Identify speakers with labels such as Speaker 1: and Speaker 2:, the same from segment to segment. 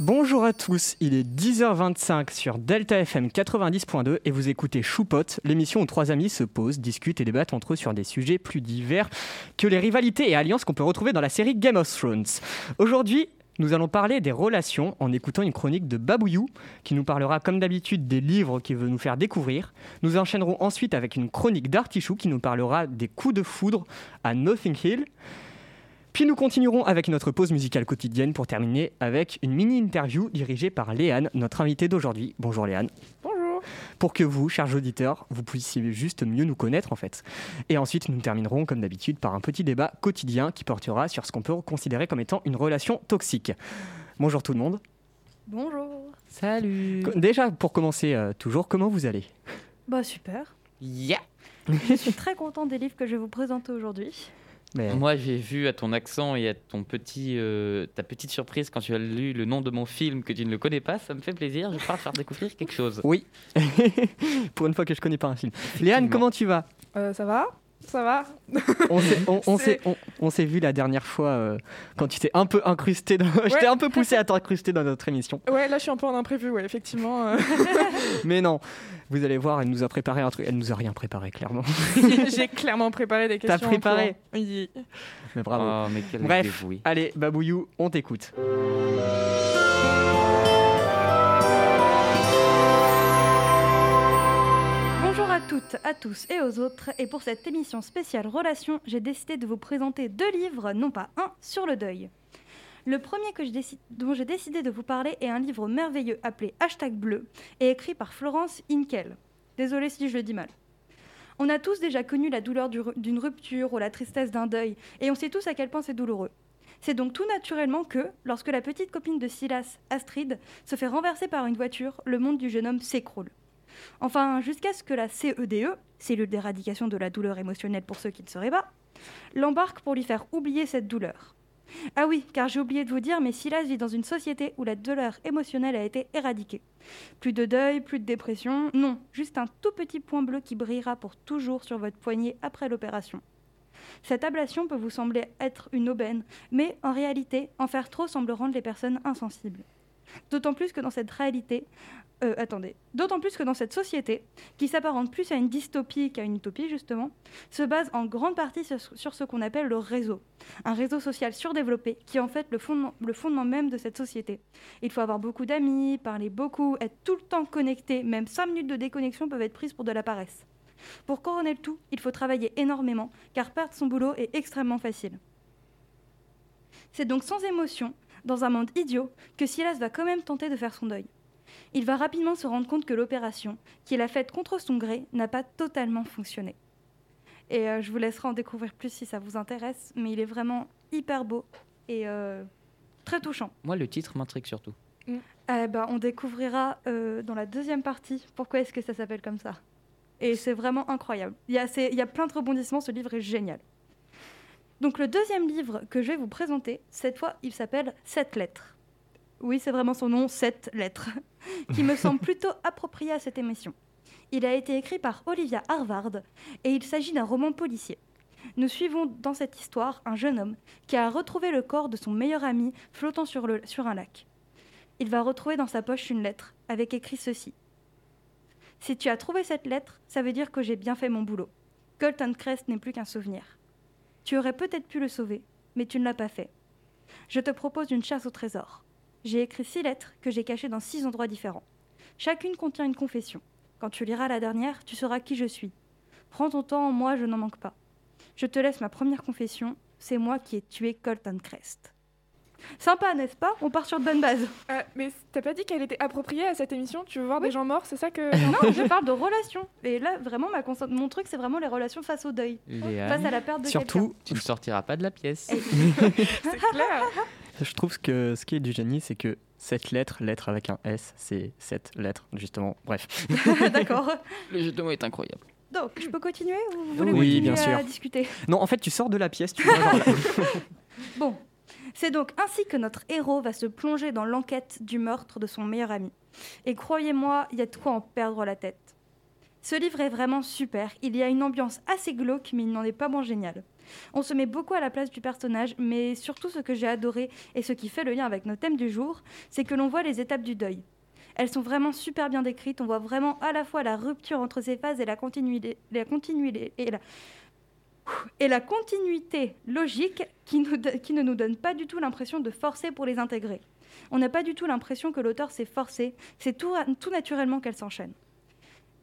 Speaker 1: Bonjour à tous, il est 10h25 sur Delta FM 90.2 et vous écoutez Choupote, l'émission où trois amis se posent, discutent et débattent entre eux sur des sujets plus divers que les rivalités et alliances qu'on peut retrouver dans la série Game of Thrones. Aujourd'hui, nous allons parler des relations en écoutant une chronique de Babouyou qui nous parlera comme d'habitude des livres qu'il veut nous faire découvrir. Nous enchaînerons ensuite avec une chronique d'Artichou qui nous parlera des coups de foudre à Nothing Hill. Puis nous continuerons avec notre pause musicale quotidienne pour terminer avec une mini-interview dirigée par Léane, notre invitée d'aujourd'hui. Bonjour Léane.
Speaker 2: Bonjour.
Speaker 1: Pour que vous, chers auditeurs, vous puissiez juste mieux nous connaître en fait. Et ensuite nous terminerons comme d'habitude par un petit débat quotidien qui portera sur ce qu'on peut considérer comme étant une relation toxique. Bonjour tout le monde.
Speaker 2: Bonjour.
Speaker 3: Salut.
Speaker 1: Déjà pour commencer euh, toujours, comment vous allez
Speaker 2: Bah super.
Speaker 3: Yeah.
Speaker 2: Je suis très content des livres que je vais vous présenter aujourd'hui.
Speaker 3: Mais... Moi, j'ai vu à ton accent et à ton petit, euh, ta petite surprise quand tu as lu le nom de mon film que tu ne le connais pas, ça me fait plaisir. Je pars faire découvrir quelque chose.
Speaker 1: Oui, pour une fois que je connais pas un film. Léane, comment tu vas
Speaker 4: euh, Ça va ça va.
Speaker 1: on s'est on, on, on vu la dernière fois euh, quand tu t'es un peu incrusté. Dans... Ouais. je t'ai un peu poussé à t'incruster dans notre émission.
Speaker 4: Ouais, là je suis un peu en imprévu, ouais, effectivement. Euh...
Speaker 1: Mais non, vous allez voir, elle nous a préparé un truc. Elle nous a rien préparé, clairement.
Speaker 4: J'ai clairement préparé des questions.
Speaker 1: T'as préparé
Speaker 4: Oui.
Speaker 1: Mais bravo.
Speaker 3: Oh, mais
Speaker 1: Bref, allez, Babouyou, on t'écoute.
Speaker 2: Bonjour à toutes, à tous et aux autres. Et pour cette émission spéciale Relations, j'ai décidé de vous présenter deux livres, non pas un, sur le deuil. Le premier que je décide, dont j'ai décidé de vous parler est un livre merveilleux appelé Hashtag Bleu et écrit par Florence Inkel. Désolée si je le dis mal. On a tous déjà connu la douleur d'une rupture ou la tristesse d'un deuil, et on sait tous à quel point c'est douloureux. C'est donc tout naturellement que, lorsque la petite copine de Silas, Astrid, se fait renverser par une voiture, le monde du jeune homme s'écroule. Enfin, jusqu'à ce que la E CEDE, cellule d'éradication de la douleur émotionnelle pour ceux qui ne sauraient pas, l'embarque pour lui faire oublier cette douleur. Ah oui, car j'ai oublié de vous dire, mais Silas vit dans une société où la douleur émotionnelle a été éradiquée. Plus de deuil, plus de dépression, non, juste un tout petit point bleu qui brillera pour toujours sur votre poignet après l'opération. Cette ablation peut vous sembler être une aubaine, mais en réalité, en faire trop semble rendre les personnes insensibles. D'autant plus que dans cette réalité, euh, attendez. D'autant plus que dans cette société, qui s'apparente plus à une dystopie qu'à une utopie, justement, se base en grande partie sur, sur ce qu'on appelle le réseau. Un réseau social surdéveloppé, qui est en fait le fondement, le fondement même de cette société. Il faut avoir beaucoup d'amis, parler beaucoup, être tout le temps connecté, même 5 minutes de déconnexion peuvent être prises pour de la paresse. Pour couronner le tout, il faut travailler énormément, car perdre son boulot est extrêmement facile. C'est donc sans émotion, dans un monde idiot, que Silas va quand même tenter de faire son deuil. Il va rapidement se rendre compte que l'opération, qu'il a faite contre son gré, n'a pas totalement fonctionné. Et euh, je vous laisserai en découvrir plus si ça vous intéresse, mais il est vraiment hyper beau et euh, très touchant.
Speaker 3: Moi, le titre m'intrigue surtout.
Speaker 2: Mmh. Euh, bah, on découvrira euh, dans la deuxième partie pourquoi est-ce que ça s'appelle comme ça. Et c'est vraiment incroyable. Il y, a, il y a plein de rebondissements, ce livre est génial. Donc le deuxième livre que je vais vous présenter, cette fois, il s'appelle Sept lettres. Oui, c'est vraiment son nom, Sept lettres, qui me semble plutôt approprié à cette émission. Il a été écrit par Olivia Harvard et il s'agit d'un roman policier. Nous suivons dans cette histoire un jeune homme qui a retrouvé le corps de son meilleur ami flottant sur, le, sur un lac. Il va retrouver dans sa poche une lettre avec écrit ceci. Si tu as trouvé cette lettre, ça veut dire que j'ai bien fait mon boulot. Colton Crest n'est plus qu'un souvenir. Tu aurais peut-être pu le sauver, mais tu ne l'as pas fait. Je te propose une chasse au trésor. J'ai écrit six lettres que j'ai cachées dans six endroits différents. Chacune contient une confession. Quand tu liras la dernière, tu sauras qui je suis. Prends ton temps, moi je n'en manque pas. Je te laisse ma première confession, c'est moi qui ai tué Colton Crest. Sympa, n'est-ce pas On part sur de bonnes bases.
Speaker 4: Euh, mais t'as pas dit qu'elle était appropriée à cette émission Tu veux voir oui. des gens morts, c'est ça que...
Speaker 2: non, je parle de relations. Et là, vraiment, ma conso... mon truc, c'est vraiment les relations face au deuil.
Speaker 3: Léa,
Speaker 2: face à la perte de
Speaker 3: Surtout, tu ne sortiras pas de la pièce.
Speaker 4: c'est clair.
Speaker 1: Je trouve que ce qui est du génie, c'est que cette lettre, lettre avec un S, c'est cette lettre, justement. Bref.
Speaker 2: D'accord.
Speaker 3: Le jeu de mots est incroyable.
Speaker 2: Donc, je peux continuer ou vous voulez oui, continuer bien sûr. à discuter
Speaker 1: Non, en fait, tu sors de la pièce, tu vois,
Speaker 2: bon, c'est donc ainsi que notre héros va se plonger dans l'enquête du meurtre de son meilleur ami. Et croyez-moi, il y a de quoi en perdre la tête. Ce livre est vraiment super. Il y a une ambiance assez glauque, mais il n'en est pas moins génial. On se met beaucoup à la place du personnage, mais surtout ce que j'ai adoré et ce qui fait le lien avec nos thèmes du jour, c'est que l'on voit les étapes du deuil. Elles sont vraiment super bien décrites, on voit vraiment à la fois la rupture entre ces phases et la continuité, la continuité, et la, et la continuité logique qui, nous do- qui ne nous donne pas du tout l'impression de forcer pour les intégrer. On n'a pas du tout l'impression que l'auteur s'est forcé, c'est tout, tout naturellement qu'elles s'enchaînent.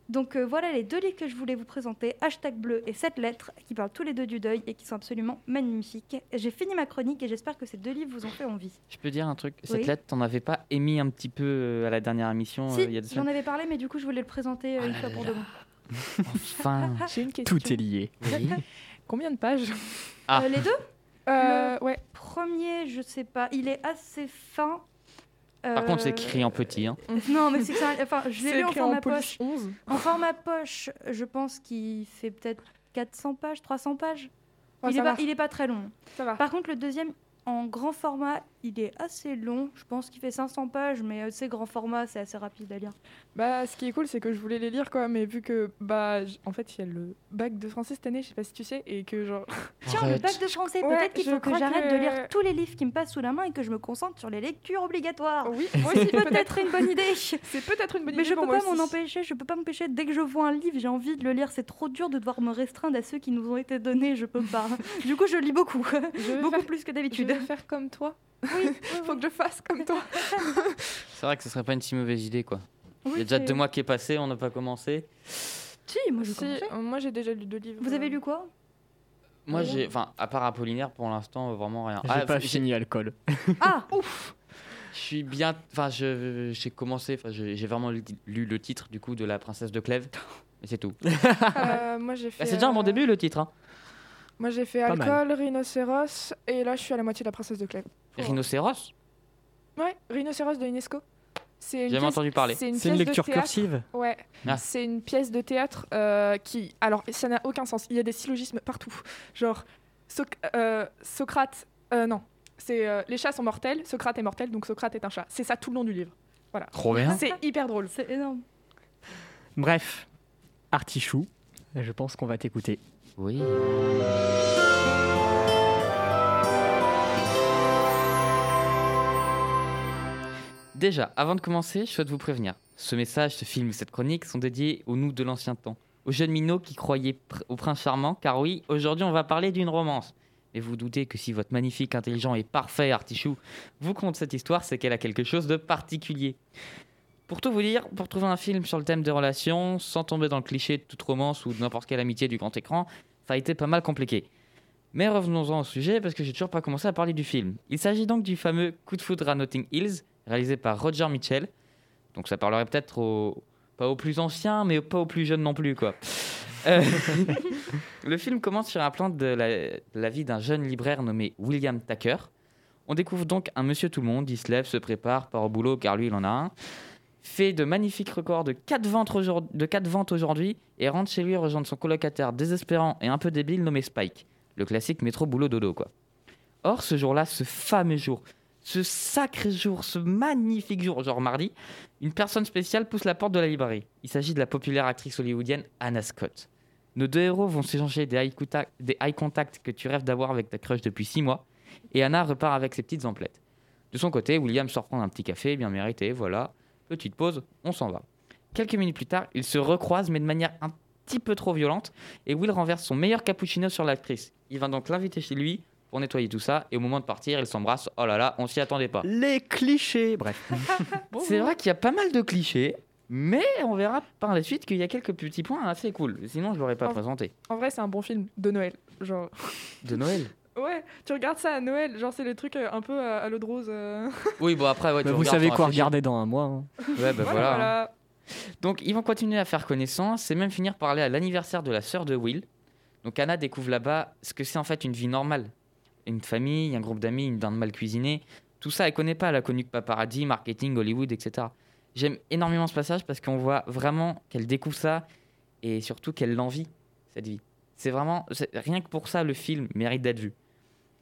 Speaker 2: Donc euh, voilà les deux livres que je voulais vous présenter, hashtag bleu et cette lettre, qui parlent tous les deux du deuil et qui sont absolument magnifiques. J'ai fini ma chronique et j'espère que ces deux livres vous ont fait envie.
Speaker 3: Je peux dire un truc Cette
Speaker 2: Oui.
Speaker 3: lettre, t'en avais pas émis un petit peu euh, à la dernière émission
Speaker 2: Si,
Speaker 3: euh, il y a deux
Speaker 2: j'en
Speaker 3: semaines
Speaker 2: avais parlé, mais du coup je voulais le présenter euh,
Speaker 3: Oh
Speaker 2: une
Speaker 3: là
Speaker 2: fois pour Ah,
Speaker 3: là.
Speaker 2: deux mots.
Speaker 3: Enfin
Speaker 4: J'ai une question.
Speaker 1: Tout est lié.
Speaker 3: oui.
Speaker 4: Combien de pages
Speaker 3: Ah.
Speaker 2: Euh, les deux
Speaker 4: Euh, Ouais.
Speaker 2: Premier, je sais pas, il est assez fin.
Speaker 3: Par contre, c'est
Speaker 2: Euh,
Speaker 3: écrit en petit. hein.
Speaker 2: Non, mais c'est que ça- enfin, je l'ai
Speaker 4: C'est
Speaker 2: lu en
Speaker 4: écrit en
Speaker 2: format
Speaker 4: police
Speaker 2: poche.
Speaker 4: 11.
Speaker 2: En format poche, je pense qu'il fait peut-être 400 pages, 300 pages.
Speaker 4: Ouais,
Speaker 2: il,
Speaker 4: ça
Speaker 2: est pas,
Speaker 4: va.
Speaker 2: il est pas très long.
Speaker 4: Ça va.
Speaker 2: Par contre, le deuxième, en grand format, il est assez long. Je pense qu'il fait 500 pages, mais euh, c'est grand format, c'est assez rapide à lire.
Speaker 4: Bah, ce qui est cool, c'est que je voulais les lire, quoi, mais vu que, bah, j- en fait, il y a le bac de français cette année, je sais pas si tu sais, et que genre.
Speaker 2: Tiens, le bac de français,
Speaker 4: Ouais,
Speaker 2: peut-être qu'il
Speaker 4: je
Speaker 2: faut que
Speaker 4: crois
Speaker 2: j'arrête
Speaker 4: que-
Speaker 2: de lire tous les livres qui me passent sous la main et que je me concentre sur les lectures obligatoires.
Speaker 4: Oui, moi
Speaker 2: C'est
Speaker 4: aussi, peut-être.
Speaker 2: Ah. peut-être une bonne idée.
Speaker 4: C'est peut-être une bonne
Speaker 2: Mais
Speaker 4: idée
Speaker 2: je
Speaker 4: pour
Speaker 2: peux
Speaker 4: moi
Speaker 2: pas m'en
Speaker 4: aussi.
Speaker 2: empêcher, je peux pas m'empêcher. Dès que je vois un livre, j'ai envie de le lire. C'est trop dur de devoir me restreindre à ceux qui nous ont été donnés, je peux pas. du coup, je lis beaucoup.
Speaker 4: Je vais,
Speaker 2: beaucoup
Speaker 4: faire,
Speaker 2: plus que
Speaker 4: je
Speaker 2: d'habitude.
Speaker 4: vais faire comme toi.
Speaker 2: Oui,
Speaker 4: Faut que je fasse comme toi.
Speaker 3: C'est vrai que ce serait pas une si mauvaise idée, quoi.
Speaker 2: oui,
Speaker 3: Il y a déjà
Speaker 2: c'est-
Speaker 3: deux mois qui est passé, on n'a pas commencé.
Speaker 2: Si, moi je
Speaker 4: Si, euh, moi, j'ai déjà lu deux livres.
Speaker 2: Vous avez
Speaker 4: euh,
Speaker 2: lu quoi
Speaker 3: Moi,
Speaker 4: Ouais.
Speaker 3: j'ai, enfin, à part Apollinaire, pour l'instant, euh, vraiment rien.
Speaker 1: J'ai
Speaker 3: Ah,
Speaker 1: pas
Speaker 3: j'ai-
Speaker 1: fini alcool.
Speaker 2: Ah,
Speaker 3: Je suis bien, enfin, je- j'ai commencé, enfin, j'ai j'ai vraiment lu, lu le titre du coup de La Princesse de Clèves, mais c'est tout.
Speaker 4: euh,
Speaker 2: Ah.
Speaker 4: Moi, j'ai fait.
Speaker 3: Bah, c'est déjà un bon
Speaker 4: euh,
Speaker 3: début le titre. Hein.
Speaker 4: Moi, j'ai fait
Speaker 1: Pas mal.
Speaker 4: alcool, rhinocéros, et là, je suis à la moitié de la princesse de Clèves.
Speaker 3: Et Rhinocéros
Speaker 4: Ouais, rhinocéros de UNESCO. C'est une
Speaker 3: J'ai jamais
Speaker 4: pièce-
Speaker 3: entendu parler.
Speaker 4: C'est une,
Speaker 1: C'est une
Speaker 4: pièce de
Speaker 1: lecture
Speaker 4: théâtre.
Speaker 1: cursive
Speaker 4: Ouais,
Speaker 3: Ah.
Speaker 4: c'est une pièce de théâtre euh, qui. Alors, ça n'a aucun sens. Il y a des syllogismes partout. Genre, Soc- euh, Socrate. euh, non, c'est euh, les chats sont mortels, Socrate est mortel, donc Socrate est un chat. C'est ça tout le long du livre.
Speaker 3: Trop bien.
Speaker 4: C'est hyper drôle.
Speaker 2: c'est énorme.
Speaker 1: Bref, Artichou, je pense qu'on va t'écouter.
Speaker 3: Oui. Déjà, avant de commencer, je souhaite vous prévenir. Ce message, ce film, cette chronique sont dédiés aux nous de l'ancien temps, aux jeunes minots qui croyaient pr- au prince charmant, car oui, aujourd'hui on va parler d'une romance. Mais vous doutez que si votre magnifique, intelligent et parfait Artichou vous conte cette histoire, c'est qu'elle a quelque chose de particulier. Pour tout vous dire, pour trouver un film sur le thème des relations, sans tomber dans le cliché de toute romance ou de n'importe quelle amitié du grand écran, ça a été pas mal compliqué. Mais revenons-en au sujet parce que j'ai toujours pas commencé à parler du film. Il s'agit donc du fameux Coup de foudre à Notting Hills, réalisé par Roger Mitchell. Donc ça parlerait peut-être au... pas aux plus anciens, mais pas aux plus jeunes non plus, quoi. Euh, Le film commence sur un plan de la, de la vie d'un jeune libraire nommé William Tucker. On découvre donc un monsieur tout le monde, il se lève, se prépare, part au boulot car lui il en a un. Fait de magnifiques records de 4 ventes aujourd- de quatre ventes aujourd'hui et rentre chez lui rejoindre son colocataire désespérant et un peu débile nommé Spike. Le classique métro boulot dodo quoi. Or ce jour-là, ce fameux jour, ce sacré jour, ce magnifique jour, genre mardi, une personne spéciale pousse la porte de la librairie. Il s'agit de la populaire actrice hollywoodienne Anna Scott. Nos deux héros vont s'échanger des eye contact- des eye contacts que tu rêves d'avoir avec ta crush depuis 6 mois et Anna repart avec ses petites emplettes. De son côté, William sort prendre un petit café, bien mérité, voilà. Petite pause, on s'en va. Quelques minutes plus tard, ils se recroisent, mais de manière un petit peu trop violente, et Will renverse son meilleur cappuccino sur l'actrice. Il va donc l'inviter chez lui pour nettoyer tout ça, et au moment de partir, ils s'embrassent. Oh là là, on s'y attendait pas.
Speaker 1: Les clichés Bref,
Speaker 3: C'est vrai qu'il y a pas mal de clichés, mais on verra par la suite qu'il y a quelques petits points assez cool. Sinon, je l'aurais pas
Speaker 4: Oh.
Speaker 3: présenté.
Speaker 4: En vrai, c'est un bon film de Noël. Genre,
Speaker 3: De Noël
Speaker 4: ouais, tu regardes ça à Noël. Genre, c'est les trucs euh, un peu euh, à l'eau de rose. euh.
Speaker 3: Oui, bon après, ouais, tu
Speaker 1: Bah, vous
Speaker 3: regardes,
Speaker 1: savez
Speaker 3: t'en
Speaker 1: quoi
Speaker 3: réfléchis.
Speaker 1: regarder dans un mois. hein.
Speaker 3: Ouais, bah voilà.
Speaker 4: voilà.
Speaker 3: Donc ils vont continuer à faire connaissance et même finir par aller à l'anniversaire de la sœur de Will. Donc Anna découvre là-bas ce que c'est en fait une vie normale. Une famille, un groupe d'amis, une dinde mal cuisinée. Tout ça, elle connaît pas. Elle a connu que paparazzi, marketing, Hollywood, etc. J'aime énormément ce passage parce qu'on voit vraiment qu'elle découvre ça et surtout qu'elle l'envie, cette vie. C'est vraiment, c'est- rien que pour ça, le film mérite d'être vu.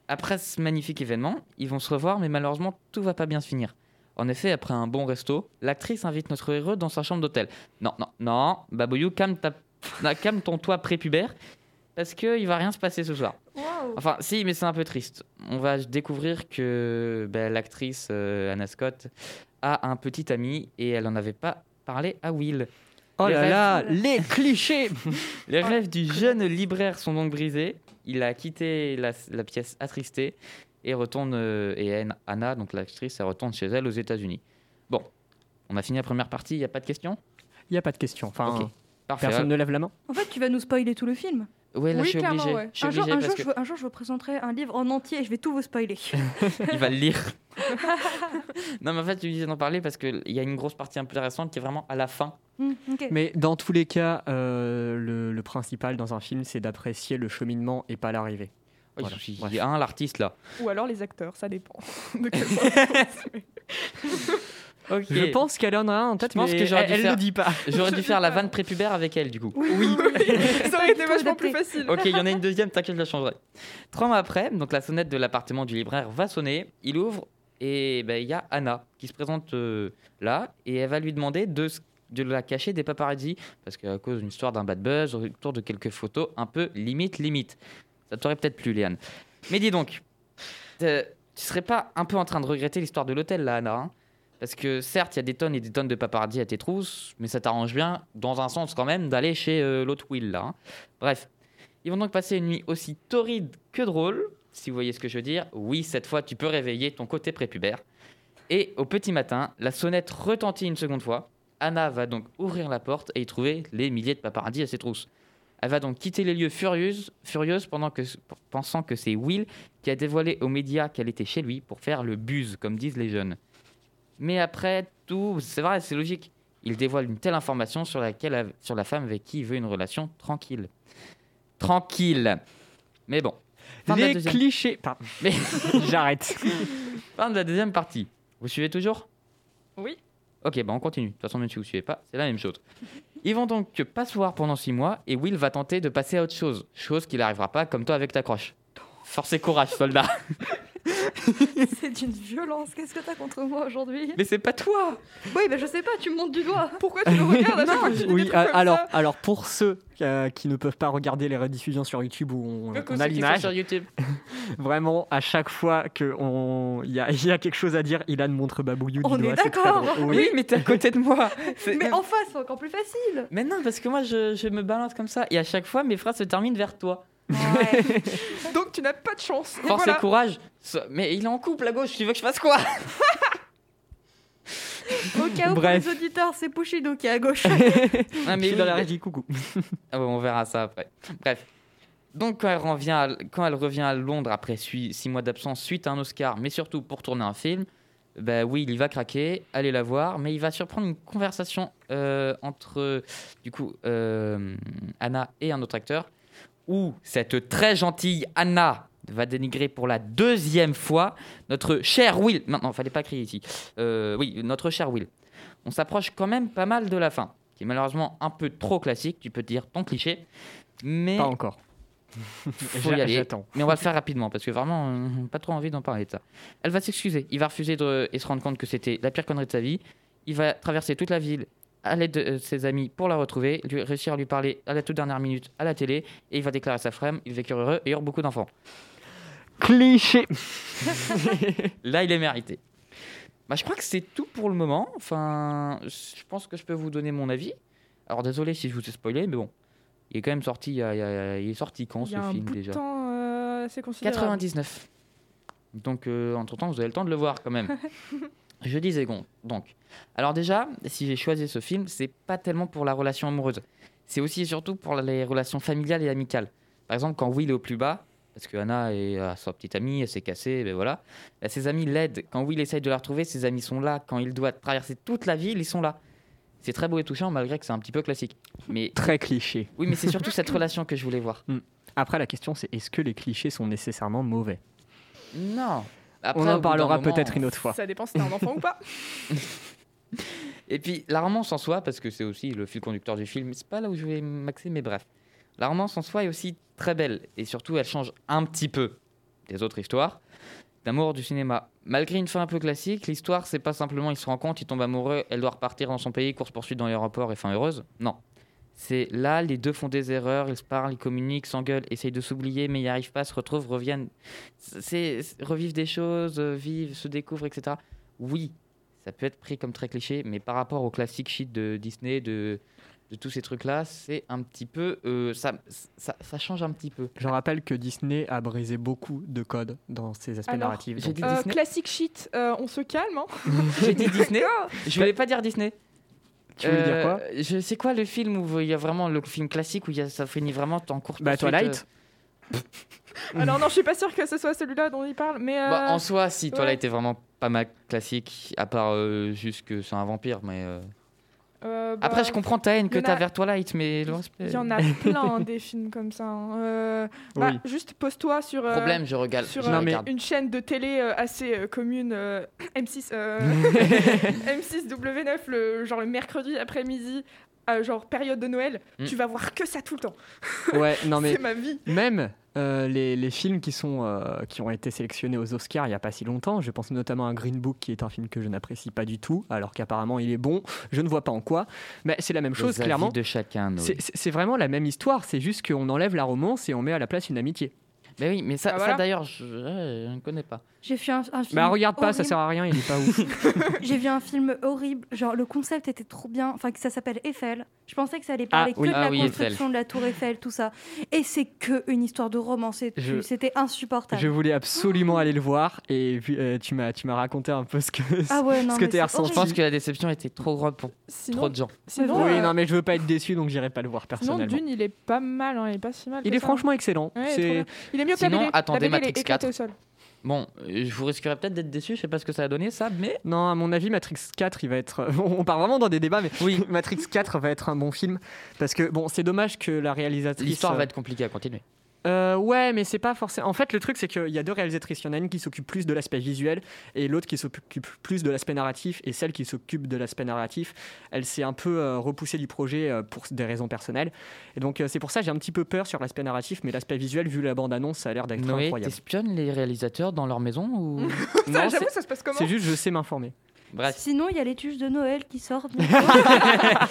Speaker 3: Après ce magnifique événement, ils vont se revoir, mais malheureusement, tout va pas bien se finir. En effet, après un bon resto, l'actrice invite notre héros dans sa chambre d'hôtel. Non, non, non, Babouyou, calme, ta... na- calme ton toit prépubère, parce qu'il va rien se passer ce soir.
Speaker 2: Waouh
Speaker 3: Enfin, si, mais c'est un peu triste. On va découvrir que ben, l'actrice euh, Anna Scott a un petit ami et elle n'en avait pas parlé à Will.
Speaker 1: Oh
Speaker 3: Les
Speaker 1: là
Speaker 3: rêves.
Speaker 1: là, les clichés
Speaker 3: Les
Speaker 4: Oh,
Speaker 3: rêves du jeune libraire sont donc brisés. Il a quitté la, la pièce attristée et retourne. euh, et Anne- Anna, donc l'actrice, elle retourne chez elle aux États-Unis. Bon, on a fini la première partie. Il n'y a pas de questions.
Speaker 1: Il n'y a pas de question. Enfin,
Speaker 3: Ok. Parfait.
Speaker 1: personne ne lève la main.
Speaker 2: En fait, tu vas nous spoiler tout le film.
Speaker 3: Ouais, là,
Speaker 4: Oui,
Speaker 3: je suis
Speaker 4: clairement,
Speaker 3: obligé.
Speaker 4: ouais.
Speaker 3: Je suis
Speaker 2: un, jour,
Speaker 3: obligé
Speaker 2: un
Speaker 3: parce
Speaker 2: jour, je, vous- un jour, je vous présenterai un livre en entier et je vais tout vous spoiler.
Speaker 3: qu'il va le lire. non, mais en fait, tu me disais d'en parler parce qu'il y a une grosse partie un peu intéressante qui est vraiment à la fin. Oh,
Speaker 2: Hmm, ok.
Speaker 1: Mais dans tous les cas, euh, le, le principal dans un film, c'est d'apprécier le cheminement et pas l'arrivée.
Speaker 3: Il
Speaker 1: Voilà.
Speaker 3: y
Speaker 1: Bref.
Speaker 3: a un, l'artiste là.
Speaker 4: Ou alors les acteurs, ça dépend. de quel point-
Speaker 3: Ok.
Speaker 1: Je pense qu'elle en a un en tête,
Speaker 3: Je pense
Speaker 1: mais
Speaker 3: que j'aurais
Speaker 1: elle,
Speaker 3: dû
Speaker 1: elle
Speaker 3: faire-
Speaker 1: le dit pas.
Speaker 3: J'aurais
Speaker 4: Je
Speaker 3: dû
Speaker 4: sais
Speaker 3: faire la
Speaker 4: pas.
Speaker 3: vanne prépubère avec elle du coup.
Speaker 4: oui, ça aurait été vachement plus facile.
Speaker 3: Ok, il y en a une deuxième, t'inquiète, je la changerai. Trois mois après, donc la sonnette de l'appartement du libraire va sonner, il ouvre et ben, il y a Anna qui se présente euh, là et elle va lui demander de, s- de la cacher des paparazzi parce qu'à cause d'une histoire d'un bad buzz autour de quelques photos un peu limite limite. Ça t'aurait peut-être plu, Léane. Mais dis donc, euh, tu serais pas un peu en train de regretter l'histoire de l'hôtel là, Anna hein parce que certes, il y a des tonnes et des tonnes de paparazzi à tes trousses, mais ça t'arrange bien, dans un sens quand même, d'aller chez euh, l'autre Will là. hein. Bref, ils vont donc passer une nuit aussi torride que drôle, si vous voyez ce que je veux dire. Oui, cette fois, tu peux réveiller ton côté prépubère. Et au petit matin, la sonnette retentit une seconde fois. Anna va donc ouvrir la porte et y trouver les milliers de paparazzis à ses trousses. Elle va donc quitter les lieux furieuse, furieuse pendant que, pensant que c'est Will qui a dévoilé aux médias qu'elle était chez lui pour faire le buzz, comme disent les jeunes. Mais après tout, c'est vrai, c'est logique. Il dévoile une telle information sur, laquelle, sur la femme avec qui il veut une relation tranquille. Tranquille. Mais bon. Fin de la
Speaker 1: Les
Speaker 3: deuxième-
Speaker 1: clichés. Pardon.
Speaker 3: Mais-
Speaker 1: J'arrête.
Speaker 3: fin de la deuxième partie. Vous suivez toujours
Speaker 4: Oui.
Speaker 3: Ok, bah on continue. De toute façon, même si vous suivez pas, c'est la même chose. Ils vont donc que pas se voir pendant six mois et Will va tenter de passer à autre chose. Chose qui n'arrivera pas, comme toi avec ta croche. Force et courage, soldat.
Speaker 2: C'est d'une violence. Qu'est-ce que t'as contre moi aujourd'hui
Speaker 3: Mais c'est pas toi
Speaker 2: Oui, bah je sais pas, tu me montes du doigt.
Speaker 4: Pourquoi tu le regardes à chaque fois que je dis des
Speaker 1: Oui,
Speaker 4: trucs
Speaker 3: ah,
Speaker 1: euh,
Speaker 4: comme
Speaker 1: alors,
Speaker 4: ça
Speaker 1: alors pour ceux euh, qui ne peuvent pas regarder les rediffusions sur YouTube où on,
Speaker 3: Coucou,
Speaker 1: on
Speaker 3: ceux
Speaker 1: a
Speaker 3: qui sont
Speaker 1: l'image,
Speaker 3: sur YouTube.
Speaker 1: vraiment à chaque fois qu'il y a, il y a quelque chose à dire, Ilan montre Babouillou
Speaker 2: On
Speaker 1: du
Speaker 2: est
Speaker 1: doigt. c'est très drôle.
Speaker 2: d'accord.
Speaker 1: Oui.
Speaker 3: mais t'es à côté de moi. C'est- euh,
Speaker 2: Mais en face, c'est encore plus facile.
Speaker 3: Mais non, parce que moi, je, je me balance comme ça et à chaque fois, mes phrases se terminent vers toi.
Speaker 4: Donc tu n'as pas de chance. Donc,
Speaker 3: Force
Speaker 4: voilà.
Speaker 3: et courage. So- Mais il est en couple à gauche, tu veux que je fasse quoi
Speaker 2: Au cas où pour
Speaker 1: Bref.
Speaker 2: les auditeurs, c'est Pushido qui est à gauche.
Speaker 3: Ah,
Speaker 1: Je suis
Speaker 3: oui,
Speaker 1: dans la régie, coucou.
Speaker 3: Ah ouais, on verra ça après. Bref. Donc, quand elle, revient à, quand elle revient à Londres après sui- six mois d'absence suite à un Oscar, mais surtout pour tourner un film, bah oui, il va craquer, aller la voir, mais il va surprendre une conversation euh, entre, du coup, euh, Anna et un autre acteur, où cette très gentille Anna va dénigrer pour la deuxième fois notre cher Will. Maintenant, fallait pas crier ici. Euh, oui, notre cher Will. On s'approche quand même pas mal de la fin, qui est malheureusement un peu trop classique, tu peux dire ton cliché, mais
Speaker 1: Pas encore.
Speaker 3: faut y
Speaker 1: J'a-
Speaker 3: aller.
Speaker 1: J'attends.
Speaker 3: Mais on va le faire rapidement parce que vraiment, euh, pas trop envie d'en parler de ça. Elle va s'excuser. Il va refuser de, et se rendre compte que c'était la pire connerie de sa vie. Il va traverser toute la ville à l'aide de euh, ses amis pour la retrouver, lui, réussir à lui parler à la toute dernière minute à la télé et il va déclarer sa femme. Il vécu heureux et aura beaucoup d'enfants.
Speaker 1: Cliché.
Speaker 3: Là, il est mérité. Bah, je crois que c'est tout pour le moment. Enfin, je pense que je peux vous donner mon avis. Alors, désolé si je vous ai spoilé, mais bon. Il est quand même sorti, il, y a- il y a- il est sorti quand
Speaker 4: Il y a
Speaker 3: ce
Speaker 4: un
Speaker 3: film
Speaker 4: bout
Speaker 3: déjà
Speaker 4: de temps, euh, c'est considérable.
Speaker 3: 99. Donc, euh, entre-temps, vous avez le temps de le voir quand même. Je disais gon- donc. Alors déjà, si j'ai choisi ce film, c'est pas tellement pour la relation amoureuse. C'est aussi et surtout pour les relations familiales et amicales. Par exemple, quand Will est au plus bas, parce que Anna est euh, à sa petite amie, elle s'est cassée, ben voilà. Bah, ses amis l'aident. Quand Will essaye de la retrouver, ses amis sont là. Quand il doit traverser toute la ville, ils sont là. C'est très beau et touchant, malgré que c'est un petit peu classique. Mais
Speaker 1: Très cliché.
Speaker 3: oui, mais c'est surtout cette relation que je voulais voir.
Speaker 1: Après, la question, c'est est-ce que les clichés sont nécessairement mauvais
Speaker 3: Non.
Speaker 1: On
Speaker 3: au bout
Speaker 1: en
Speaker 3: d'un
Speaker 1: parlera
Speaker 3: moment,
Speaker 1: peut-être une autre fois.
Speaker 4: Ça dépend si t'es un enfant ou pas.
Speaker 3: Et puis la romance en soi, parce que c'est aussi le fil conducteur du film, c'est pas là où je voulais maxer, mais bref. La romance en soi est aussi très belle, et surtout elle change un petit peu des autres histoires. d'amour du cinéma. Malgré une fin un peu classique, l'histoire, c'est pas simplement il se rencontre, il tombe amoureux, elle doit repartir dans son pays, course-poursuite dans l'aéroport et fin heureuse. Non. C'est là, les deux font des erreurs, ils se parlent, ils communiquent, s'engueulent, essayent de s'oublier, mais ils n'y arrivent pas, se retrouvent, reviennent. C'est c'est- revivent des choses, euh, vivent, se découvrent, etc. Oui, ça peut être pris comme très cliché, mais par rapport au classique shit de Disney, de, de tous ces trucs-là, c'est un petit peu. euh, ça, ça, ça change un petit peu.
Speaker 1: Je rappelle que Disney a brisé beaucoup de codes dans ses aspects
Speaker 4: Alors,
Speaker 1: narratifs.
Speaker 3: j'ai
Speaker 1: donc-
Speaker 3: dit-
Speaker 4: Euh,
Speaker 3: Disney
Speaker 4: classique shit, euh, on se calme. hein.
Speaker 3: J'ai dit Disney. Je voulais pas dire Disney.
Speaker 1: tu voulais dire quoi
Speaker 3: Euh, Je sais quoi le film où il y a vraiment le film classique où il y a, ça finit vraiment en courte
Speaker 1: Bah,
Speaker 3: poursuite,
Speaker 1: Twilight
Speaker 4: Alors non, je suis pas sûre que ce soit celui-là dont il parle, mais
Speaker 3: euh.
Speaker 4: euh,
Speaker 3: Bah, en soi, si Twilight
Speaker 4: ouais.
Speaker 3: est vraiment pas ma classique, à part euh, juste que c'est un vampire. Mais euh.
Speaker 4: euh, bah,
Speaker 3: après, je comprends ta haine que
Speaker 4: y en
Speaker 3: t'as
Speaker 4: a-
Speaker 3: vers Twilight, mais le euh. respect.
Speaker 4: Il y en a plein hein, des films comme ça. hein. Euh, bah,
Speaker 1: Oui.
Speaker 4: Juste pose-toi sur, euh,
Speaker 3: Problème, je regarde.
Speaker 4: sur
Speaker 3: je
Speaker 4: euh,
Speaker 1: Non, mais-
Speaker 3: regarde.
Speaker 4: une chaîne de télé euh, assez euh, commune, euh, M6, euh, M6W9, le, genre le mercredi après-midi, euh, genre période de Noël.
Speaker 3: Mm.
Speaker 4: Tu vas voir que ça tout le temps.
Speaker 1: Ouais, non mais
Speaker 4: C'est ma vie.
Speaker 1: même euh, les, les films qui, sont, euh, qui ont été sélectionnés aux Oscars il n'y a pas si longtemps, je pense notamment à Green Book qui est un film que je n'apprécie pas du tout, alors qu'apparemment il est bon, je ne vois pas en quoi, mais c'est la même chose
Speaker 3: Les avis
Speaker 1: clairement.
Speaker 3: de chacun. Noé.
Speaker 1: C'est- C'est c'est vraiment la même histoire, c'est juste qu'on enlève la romance et on met à la place une amitié.
Speaker 3: Mais oui, mais
Speaker 4: Ah,
Speaker 3: ça, ça,
Speaker 4: voilà.
Speaker 3: d'ailleurs, je, je ne connais pas.
Speaker 2: J'ai vu un, un film.
Speaker 1: Bah regarde pas, ça
Speaker 2: horrible.
Speaker 1: sert à rien, il est pas ouf.
Speaker 2: J'ai vu un film horrible, genre le concept était trop bien, enfin que ça s'appelle Eiffel. Je pensais que ça allait
Speaker 1: Ah,
Speaker 2: parler
Speaker 1: oui.
Speaker 2: que de
Speaker 3: Ah
Speaker 2: la
Speaker 3: oui, Eiffel.
Speaker 2: construction de la tour Eiffel, tout ça. Et c'est que une histoire de romance et
Speaker 1: Je-
Speaker 2: tu- c'était insupportable.
Speaker 1: je voulais absolument aller le voir et puis, euh, tu m'as tu m'as raconté un peu ce que.
Speaker 2: Ah ouais, non,
Speaker 1: ce que
Speaker 2: mais
Speaker 1: t'es
Speaker 2: c'est
Speaker 1: ressenti.
Speaker 3: Je
Speaker 2: horrible.
Speaker 3: pense que la déception était trop grande pour trop
Speaker 4: Sinon,
Speaker 3: de gens.
Speaker 4: sinon,
Speaker 1: oui,
Speaker 4: euh,
Speaker 1: non mais je veux pas être déçu donc j'irai pas le voir
Speaker 4: sinon,
Speaker 1: personnellement.
Speaker 4: Dune, il est pas mal. hein, il est pas si mal.
Speaker 1: Il
Speaker 4: que
Speaker 1: est
Speaker 4: ça.
Speaker 1: franchement excellent.
Speaker 4: Ouais, il est
Speaker 1: c'est-
Speaker 4: trop bien. Il est mieux que la
Speaker 3: Sinon,
Speaker 4: BD.
Speaker 3: attendez
Speaker 4: la BD, elle est
Speaker 3: Matrix
Speaker 4: éclatée
Speaker 3: 4.
Speaker 4: au sol.
Speaker 3: Bon, euh, je vous risquerais peut-être d'être déçu, je sais pas ce que ça a donné ça, mais
Speaker 1: Non, à mon avis, Matrix 4, il va être. euh, On part vraiment dans des débats, mais oui, Matrix 4 va être un bon film. Parce que, bon, c'est dommage que la réalisatrice.
Speaker 3: l'histoire va être compliquée à continuer.
Speaker 1: Euh, ouais, mais c'est pas forcément. En fait, le truc, c'est qu'il y a deux réalisatrices. Il y en a une qui s'occupe plus de l'aspect visuel et l'autre qui s'occupe plus de l'aspect narratif. Et celle qui s'occupe de l'aspect narratif, elle s'est un peu euh, repoussée du projet euh, pour des raisons personnelles. Et donc, euh, c'est pour ça que j'ai un petit peu peur sur l'aspect narratif, mais l'aspect visuel, vu la bande-annonce, ça a l'air d'être
Speaker 3: Noé,
Speaker 1: incroyable.
Speaker 3: t'espionnes les réalisateurs dans leur maison ou
Speaker 4: Ça,
Speaker 1: Non, c'est-
Speaker 4: J'avoue, ça se passe comment
Speaker 1: c'est juste, je sais m'informer.
Speaker 3: Bref.
Speaker 2: Sinon, il y a les tuches de Noël qui sortent. oh,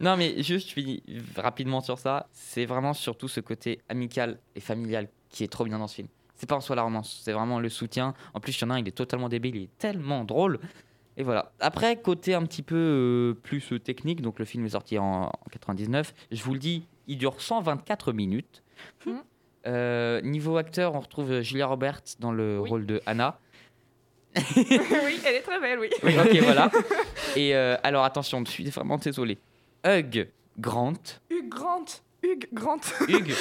Speaker 3: Non, mais juste, je finis rapidement sur ça. C'est vraiment surtout ce côté amical et familial qui est trop bien dans ce film. C'est pas en soi la romance, c'est vraiment le soutien. En plus, il y en a un, il est totalement débile, il est tellement drôle. Et voilà. Après, côté un petit peu euh, plus euh, technique, donc le film est sorti en, en 99. Je vous le dis, il dure 124 minutes.
Speaker 4: Mhm.
Speaker 3: Euh, niveau acteur, on retrouve euh, Julia Roberts dans le
Speaker 4: Oui.
Speaker 3: rôle de Anna.
Speaker 4: Oui, elle est très belle, oui.
Speaker 3: Oui, ok, voilà. Et euh, alors, attention, je suis vraiment désolé. Hug Grant.
Speaker 4: Hugh Grant. Hugh Grant.
Speaker 3: Hug.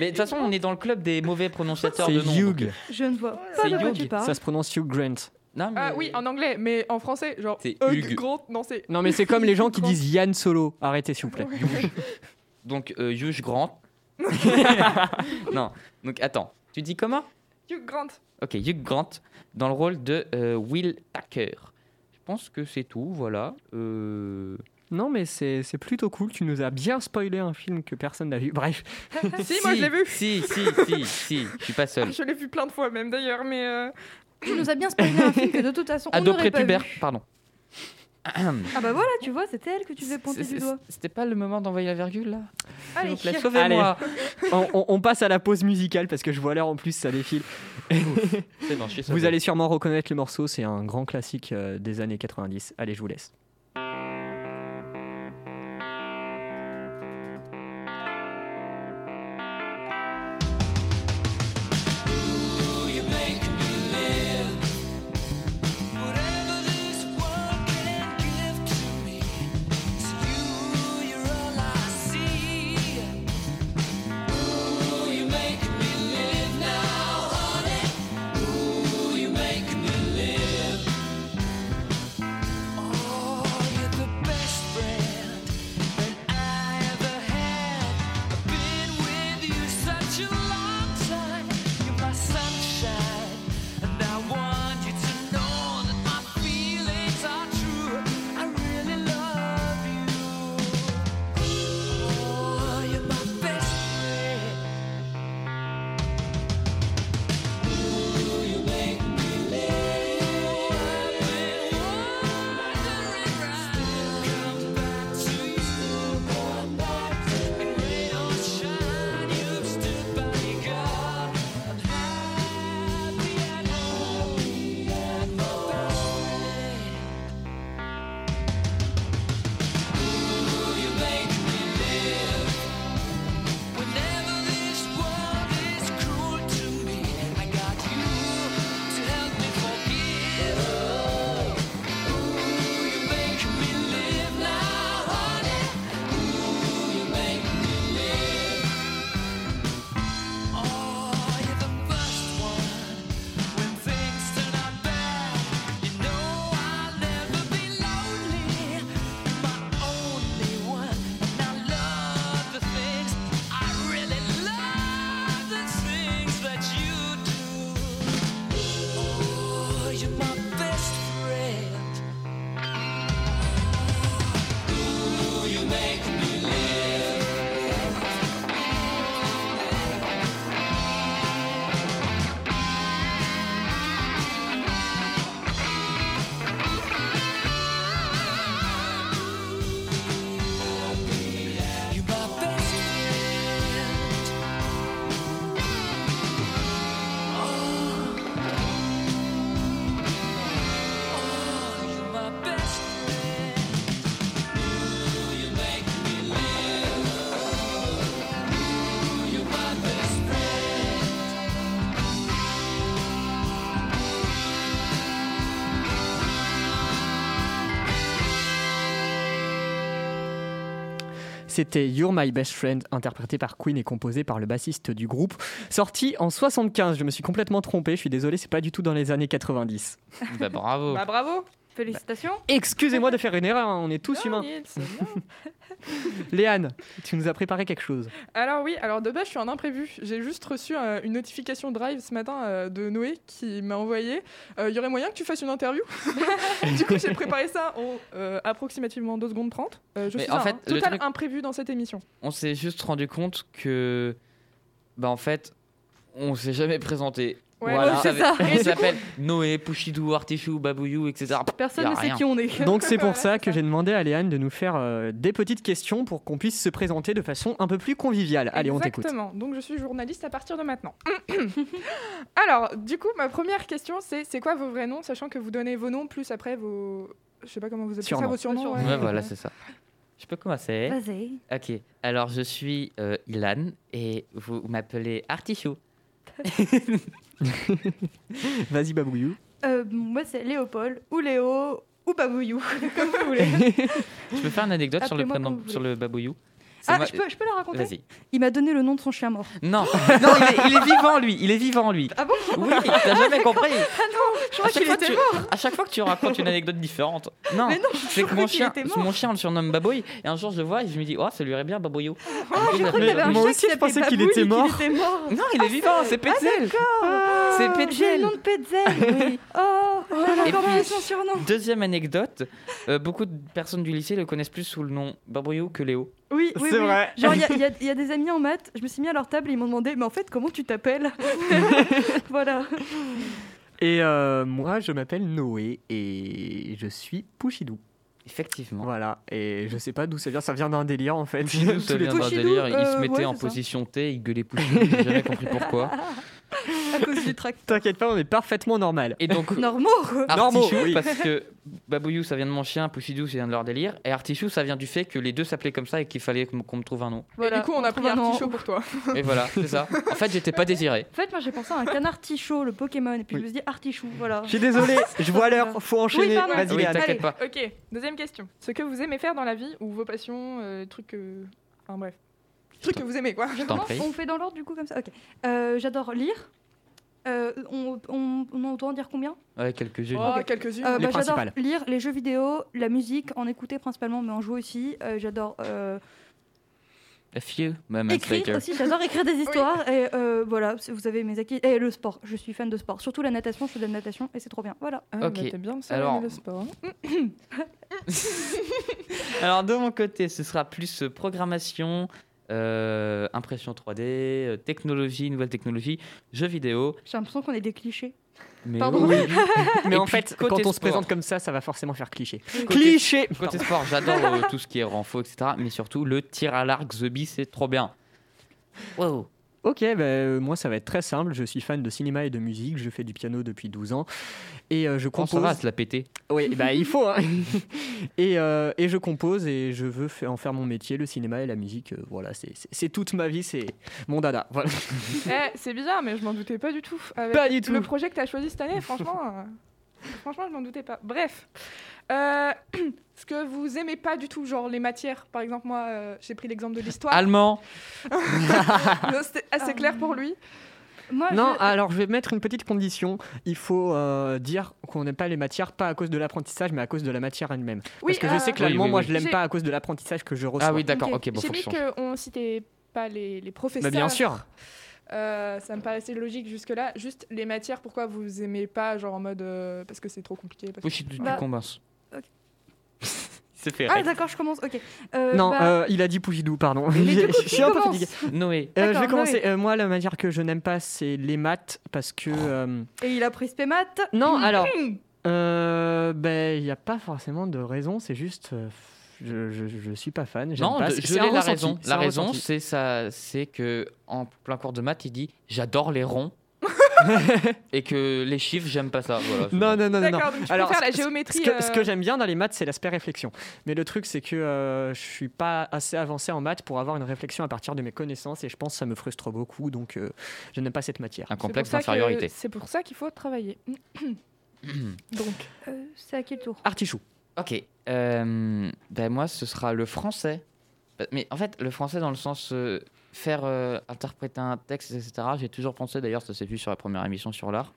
Speaker 3: Mais de toute façon, on est dans le club des mauvais prononciateurs
Speaker 1: C'est
Speaker 3: de noms. donc-
Speaker 1: Hugh.
Speaker 2: je ne vois
Speaker 4: C'est
Speaker 2: pas de quoi
Speaker 3: Hugh,
Speaker 2: tu parles.
Speaker 1: Ça se prononce Hugh Grant.
Speaker 3: Non, mais...
Speaker 4: Ah oui, en anglais, mais en français, genre
Speaker 3: C'est
Speaker 4: Hugh
Speaker 3: Hugh.
Speaker 4: Grant, non c'est.
Speaker 1: Non, mais c'est comme les gens qui
Speaker 4: Grant.
Speaker 1: disent Yann Solo. Arrêtez, s'il vous plaît.
Speaker 3: Donc, euh, Hugh Grant. non, donc attends. Tu dis comment
Speaker 4: Hugh Grant.
Speaker 3: Ok, Hugh Grant, dans le rôle de euh, Will Tucker. Je pense que c'est tout, voilà. Euh,
Speaker 1: Non, mais c'est c'est plutôt cool. Tu nous as bien spoilé un film que personne n'a vu. Bref,
Speaker 4: si, moi je l'ai vu. Ah,
Speaker 3: Si, si, si, si, je suis pas seul.
Speaker 4: Je l'ai vu plein de fois même d'ailleurs, mais. euh,
Speaker 2: Tu nous as bien spoilé un film que de toute façon on
Speaker 3: Ado
Speaker 2: n'aurait pas vu.
Speaker 3: prépubère, pardon.
Speaker 2: Ah bah voilà, tu vois, c'était elle que tu devais pointer
Speaker 3: C'est-
Speaker 2: du
Speaker 3: c'est-
Speaker 2: doigt.
Speaker 3: C'était pas le moment d'envoyer la virgule là S'il
Speaker 4: Allez,
Speaker 3: vous plaît, sauvez-moi.
Speaker 1: Allez. on, on- on passe à la pause musicale parce que je vois l'heure en plus, ça défile.
Speaker 3: C'est bon, je suis sauvé.
Speaker 1: Vous allez sûrement reconnaître le morceau, c'est un grand classique euh, des années 90. Allez, je vous laisse.
Speaker 5: Oh
Speaker 1: C'était You're My Best Friend, interprété par Queen et composé par le bassiste du groupe. Sorti en 75, je me suis complètement trompé, je suis désolé, c'est pas du tout dans les années 90.
Speaker 3: Bah bravo.
Speaker 4: Bah bravo
Speaker 2: Félicitations.
Speaker 1: Excusez-moi de faire une erreur, hein, on est tous
Speaker 4: Non,
Speaker 1: humains.
Speaker 4: Nils, c'est bien.
Speaker 1: Léane, tu nous as préparé quelque chose.
Speaker 4: Alors oui, alors de base je suis en imprévu. J'ai juste reçu euh, une notification Drive ce matin euh, de Noé qui m'a envoyé euh, y aurait moyen que tu fasses une interview Du coup j'ai préparé ça en euh, approximativement 2 secondes 30. Euh, je
Speaker 3: Mais
Speaker 4: suis
Speaker 3: en
Speaker 4: un,
Speaker 3: fait,
Speaker 4: hein,
Speaker 3: le
Speaker 4: total
Speaker 3: truc-
Speaker 4: imprévu dans cette émission.
Speaker 3: On s'est juste rendu compte que, bah en fait, on s'est jamais présenté.
Speaker 4: Ouais,
Speaker 3: Voilà.
Speaker 4: ouais,
Speaker 2: c'est ça.
Speaker 3: On
Speaker 2: Et du
Speaker 3: s'appelle Noé, Pushidou, Artichou, Babouyou, etc.
Speaker 2: Personne
Speaker 3: Y a
Speaker 2: ne sait
Speaker 3: rien.
Speaker 2: qui on est.
Speaker 1: Donc c'est pour
Speaker 4: Voilà,
Speaker 1: ça
Speaker 4: c'est
Speaker 1: que
Speaker 4: ça.
Speaker 1: j'ai demandé à Léane de nous faire euh, des petites questions pour qu'on puisse se présenter de façon un peu plus conviviale. Allez, on t'écoute.
Speaker 4: Exactement. Donc je suis journaliste à partir de maintenant. Alors, du coup, ma première question, c'est c'est quoi vos vrais noms, sachant que vous donnez vos noms plus après vos, je sais pas comment vous appelez ça,
Speaker 1: Surnoms.
Speaker 4: vos surnoms.
Speaker 2: Surnoms.
Speaker 3: Ouais, voilà, c'est ça. Je peux commencer.
Speaker 1: Eh.
Speaker 2: Vas-y.
Speaker 3: Ok. Alors je suis euh, Ilan et vous m'appelez Artichou.
Speaker 1: Vas-y Babouillou.
Speaker 2: Euh, moi, c'est Léopold ou Léo ou Babouillou, comme vous voulez.
Speaker 3: Je peux faire une anecdote sur le
Speaker 2: Appelez-moi
Speaker 3: prénom,
Speaker 2: comme vous
Speaker 3: sur le Babouyou. C'est
Speaker 2: Ah,
Speaker 3: moi-
Speaker 2: je, peux, je peux la raconter
Speaker 3: Vas-y.
Speaker 2: Il m'a donné le nom de son chien mort.
Speaker 3: Non, non, il est, il est vivant lui, il est vivant lui.
Speaker 2: Ah bon Ah
Speaker 3: Oui, t'as jamais compris.
Speaker 2: Je crois
Speaker 3: À chaque
Speaker 2: qu'il
Speaker 3: fois
Speaker 2: était
Speaker 3: que tu-
Speaker 2: mort.
Speaker 3: À chaque fois que tu racontes une anecdote différente. Non,
Speaker 2: Mais non,
Speaker 3: c'est que
Speaker 2: croyais
Speaker 3: mon
Speaker 2: qu'il
Speaker 3: chien,
Speaker 2: était mort.
Speaker 3: mon chien, on le surnomme Babouille. Et un jour, je le vois et je me dis, oh, ça lui irait bien Babouyou.
Speaker 2: Ah, j'ai cru que
Speaker 1: Mais
Speaker 2: t'avais un
Speaker 1: moi
Speaker 2: chien Ah,
Speaker 1: aussi,
Speaker 2: qui
Speaker 1: je
Speaker 2: s'appelait
Speaker 1: pensais qu'il
Speaker 2: Babouille
Speaker 1: était
Speaker 2: et
Speaker 1: mort. Ah.
Speaker 2: qu'il était mort. Oh,
Speaker 3: Non, il est vivant, c'est Petzel. C'est
Speaker 2: J'ai
Speaker 3: Petzel.
Speaker 2: le nom de Petzel. oui. Oh, elle a
Speaker 3: Et
Speaker 2: encore
Speaker 3: puis-
Speaker 2: donné son surnom.
Speaker 3: Deuxième anecdote, euh, beaucoup de personnes du lycée le connaissent plus sous le nom Babouyou que Léo.
Speaker 2: Oui, oui,
Speaker 1: C'est
Speaker 2: oui.
Speaker 1: vrai.
Speaker 2: Genre, il y a- il y, a- il y a des amis en maths, je me suis mis à leur table, ils m'ont demandé, mais en fait, comment tu t'appelles Voilà.
Speaker 1: Et euh, moi, je m'appelle Noé et je suis Pouchidou.
Speaker 3: Effectivement.
Speaker 1: Voilà, et je sais pas d'où ça vient, ça vient d'un délire en fait.
Speaker 3: Pouchidou, E, ça vient d'un
Speaker 2: Pouchidou,
Speaker 3: délire, il se
Speaker 2: euh,
Speaker 3: mettait
Speaker 2: ouais,
Speaker 3: en
Speaker 2: c'est ça.
Speaker 3: position T, il gueulait Pouchidou, j'ai jamais compris pourquoi.
Speaker 2: À cause du tract.
Speaker 1: T'inquiète pas, on est parfaitement normal.
Speaker 3: Et donc,
Speaker 2: Normaux.
Speaker 1: Normaux,
Speaker 3: Artichou,
Speaker 1: oui.
Speaker 3: parce que Babouyou, ça vient de mon chien, Pouchidou, ça vient de leur délire, et Artichou, ça vient du fait que les deux s'appelaient comme ça et qu'il fallait qu'on qu'on me trouve un nom.
Speaker 4: Et du coup, on a pris
Speaker 2: trouve un nom.
Speaker 4: Artichaut pour toi.
Speaker 3: Et voilà, c'est ça. En fait, j'étais pas désiré.
Speaker 2: En fait, moi, j'ai pensé à un canard tichot, le Pokémon, et puis
Speaker 1: Oui.
Speaker 2: je me suis dit artichou, voilà.
Speaker 1: Je suis désolé, je vois l'heure, faut enchaîner.
Speaker 2: pardon.
Speaker 1: Vas-y,
Speaker 3: Oui,
Speaker 1: Léane.
Speaker 3: t'inquiète pas.
Speaker 4: Ok, deuxième question. Ce que vous aimez faire dans la vie ou vos passions, euh, trucs que. Enfin bref. Trucs que vous aimez quoi.
Speaker 3: Je t'en
Speaker 2: Comment
Speaker 3: prie.
Speaker 2: on fait dans l'ordre du coup comme ça Ok. Euh, J'adore lire. Euh, on, on, on doit en dire combien
Speaker 3: Ouais, quelques jeux.
Speaker 4: Oh, quelques-unes.
Speaker 2: Euh,
Speaker 1: Les
Speaker 2: J'adore
Speaker 1: principales.
Speaker 2: lire les jeux vidéo, la musique, en écouter principalement, mais en jouer aussi. Euh, j'adore euh,
Speaker 3: A few moments
Speaker 2: écrire
Speaker 3: later.
Speaker 2: aussi. J'adore écrire des histoires. Et euh, voilà, c'est- vous avez mes acquis. Et le sport, je suis fan de sport. Surtout la natation, je fais de la natation et c'est trop bien. Voilà.
Speaker 4: Ah,
Speaker 3: Ok.
Speaker 4: bah, t'aimes bien ça,
Speaker 3: Alors-
Speaker 4: le sport. hein.
Speaker 3: Alors, de mon côté, ce sera plus euh, programmation, euh, impression 3D, euh, technologie, nouvelle technologie, jeux vidéo.
Speaker 2: J'ai l'impression qu'on est des clichés.
Speaker 3: Mais
Speaker 2: Pardon.
Speaker 3: oui,
Speaker 1: Mais
Speaker 3: Et
Speaker 1: en
Speaker 3: puis,
Speaker 1: fait,
Speaker 3: côté
Speaker 1: quand on se
Speaker 3: sport.
Speaker 1: présente comme ça, ça va forcément faire cliché.
Speaker 3: Côté-
Speaker 1: Cliché
Speaker 3: Côté sport, j'adore euh, tout ce qui est renfort, etc. Mais surtout, le tir à l'arc, The Bee, c'est trop bien. Wow.
Speaker 1: Ok, bah, euh, moi ça va être très simple, je suis fan de cinéma et de musique, je fais du piano depuis 12 ans et euh, je
Speaker 3: Quand
Speaker 1: compose...
Speaker 3: ça va se la péter
Speaker 1: Oui, bah il faut. hein. et, euh, et je compose et je veux fa- en faire mon métier, le cinéma et la musique. euh, voilà, c'est- c'est c'est toute ma vie, c'est mon dada. Voilà.
Speaker 4: Eh, c'est bizarre, mais je m'en doutais pas du tout. Avec
Speaker 1: Pas du tout.
Speaker 4: Le projet que t'as choisi cette année, franchement, euh, franchement, je m'en doutais pas. Bref, Euh, ce que vous aimez pas du tout, genre les matières, par exemple, moi, euh, j'ai pris l'exemple de l'histoire.
Speaker 3: Allemand
Speaker 4: Non, C'était assez clair pour lui.
Speaker 2: Moi,
Speaker 1: Non, ah,
Speaker 2: je-
Speaker 1: alors je vais mettre une petite condition. Il faut euh, dire qu'on n'aime pas les matières, pas à cause de l'apprentissage, mais à cause de la matière elle-même.
Speaker 4: Oui, euh,
Speaker 1: Parce que je sais que
Speaker 3: Oui,
Speaker 1: l'allemand,
Speaker 3: oui,
Speaker 1: moi,
Speaker 3: oui.
Speaker 1: je l'aime
Speaker 4: J'ai-
Speaker 1: pas à cause de l'apprentissage que je reçois.
Speaker 3: Ah oui, d'accord, ok, bon,
Speaker 4: j'ai
Speaker 3: faut que
Speaker 4: mis
Speaker 3: je change.
Speaker 4: que on citait pas les, les professeurs.
Speaker 1: Bah, bien sûr.
Speaker 4: Euh, ça me paraissait logique jusque-là. Juste les matières, pourquoi vous aimez pas, genre en mode euh, parce que c'est trop compliqué. parce que-
Speaker 3: Oui, tu, tu
Speaker 2: Bah,
Speaker 3: commences.
Speaker 2: ok.
Speaker 3: c'est fait.
Speaker 2: Ah, d'accord, je commence. Ok. Euh,
Speaker 1: Non,
Speaker 2: bah,
Speaker 1: euh, il a dit Poujidou, pardon.
Speaker 2: mais du coup,
Speaker 1: je
Speaker 2: qui
Speaker 1: suis un peu
Speaker 2: commence
Speaker 1: fatigué.
Speaker 3: Noé.
Speaker 1: Euh, je
Speaker 2: D'accord,
Speaker 1: vais
Speaker 2: bah
Speaker 1: commencer. Euh, moi, la matière que je n'aime pas, c'est les maths parce que. euh,
Speaker 2: Et il a pris Spémat.
Speaker 1: Non,
Speaker 3: Mmh.
Speaker 1: alors, euh, ben, il n'y a pas forcément de raison, c'est juste, euh, je, je, je suis pas fan. j'aime
Speaker 3: Non,
Speaker 1: pas,
Speaker 3: de-
Speaker 1: c'est-
Speaker 3: je
Speaker 1: c'est
Speaker 3: l'ai
Speaker 1: un
Speaker 3: la
Speaker 1: ressenti,
Speaker 3: raison.
Speaker 1: c'est
Speaker 3: La
Speaker 1: un
Speaker 3: raison,
Speaker 1: ressenti.
Speaker 3: c'est ça, c'est que en plein cours de maths, il dit j'adore les ronds et que les chiffres, j'aime pas ça. Voilà, c'est
Speaker 1: Non, non,
Speaker 3: tout.
Speaker 1: non, non, non.
Speaker 4: D'accord, donc tu
Speaker 1: Alors,
Speaker 4: préfères la
Speaker 1: ce- ce-
Speaker 4: géométrie.
Speaker 1: Ce que, ce que
Speaker 4: euh,
Speaker 1: j'aime bien dans les maths, c'est l'aspect réflexion. Mais le truc, c'est que euh, je suis pas assez avancé en maths pour avoir une réflexion à partir de mes connaissances et je pense que ça me frustre beaucoup, donc euh, je n'aime pas cette matière.
Speaker 3: Un
Speaker 4: c'est pour
Speaker 3: complexe
Speaker 4: ça que-
Speaker 3: d'infériorité.
Speaker 4: C'est pour ça qu'il faut travailler. Donc.
Speaker 2: Euh, c'est à quel tour
Speaker 1: Artichou.
Speaker 3: ok. euh, ben moi, ce sera le français. Bah, Mais en fait, le français, dans le sens euh, faire euh, interpréter un texte, etc., j'ai toujours pensé, d'ailleurs, ça s'est vu sur la première émission sur l'art,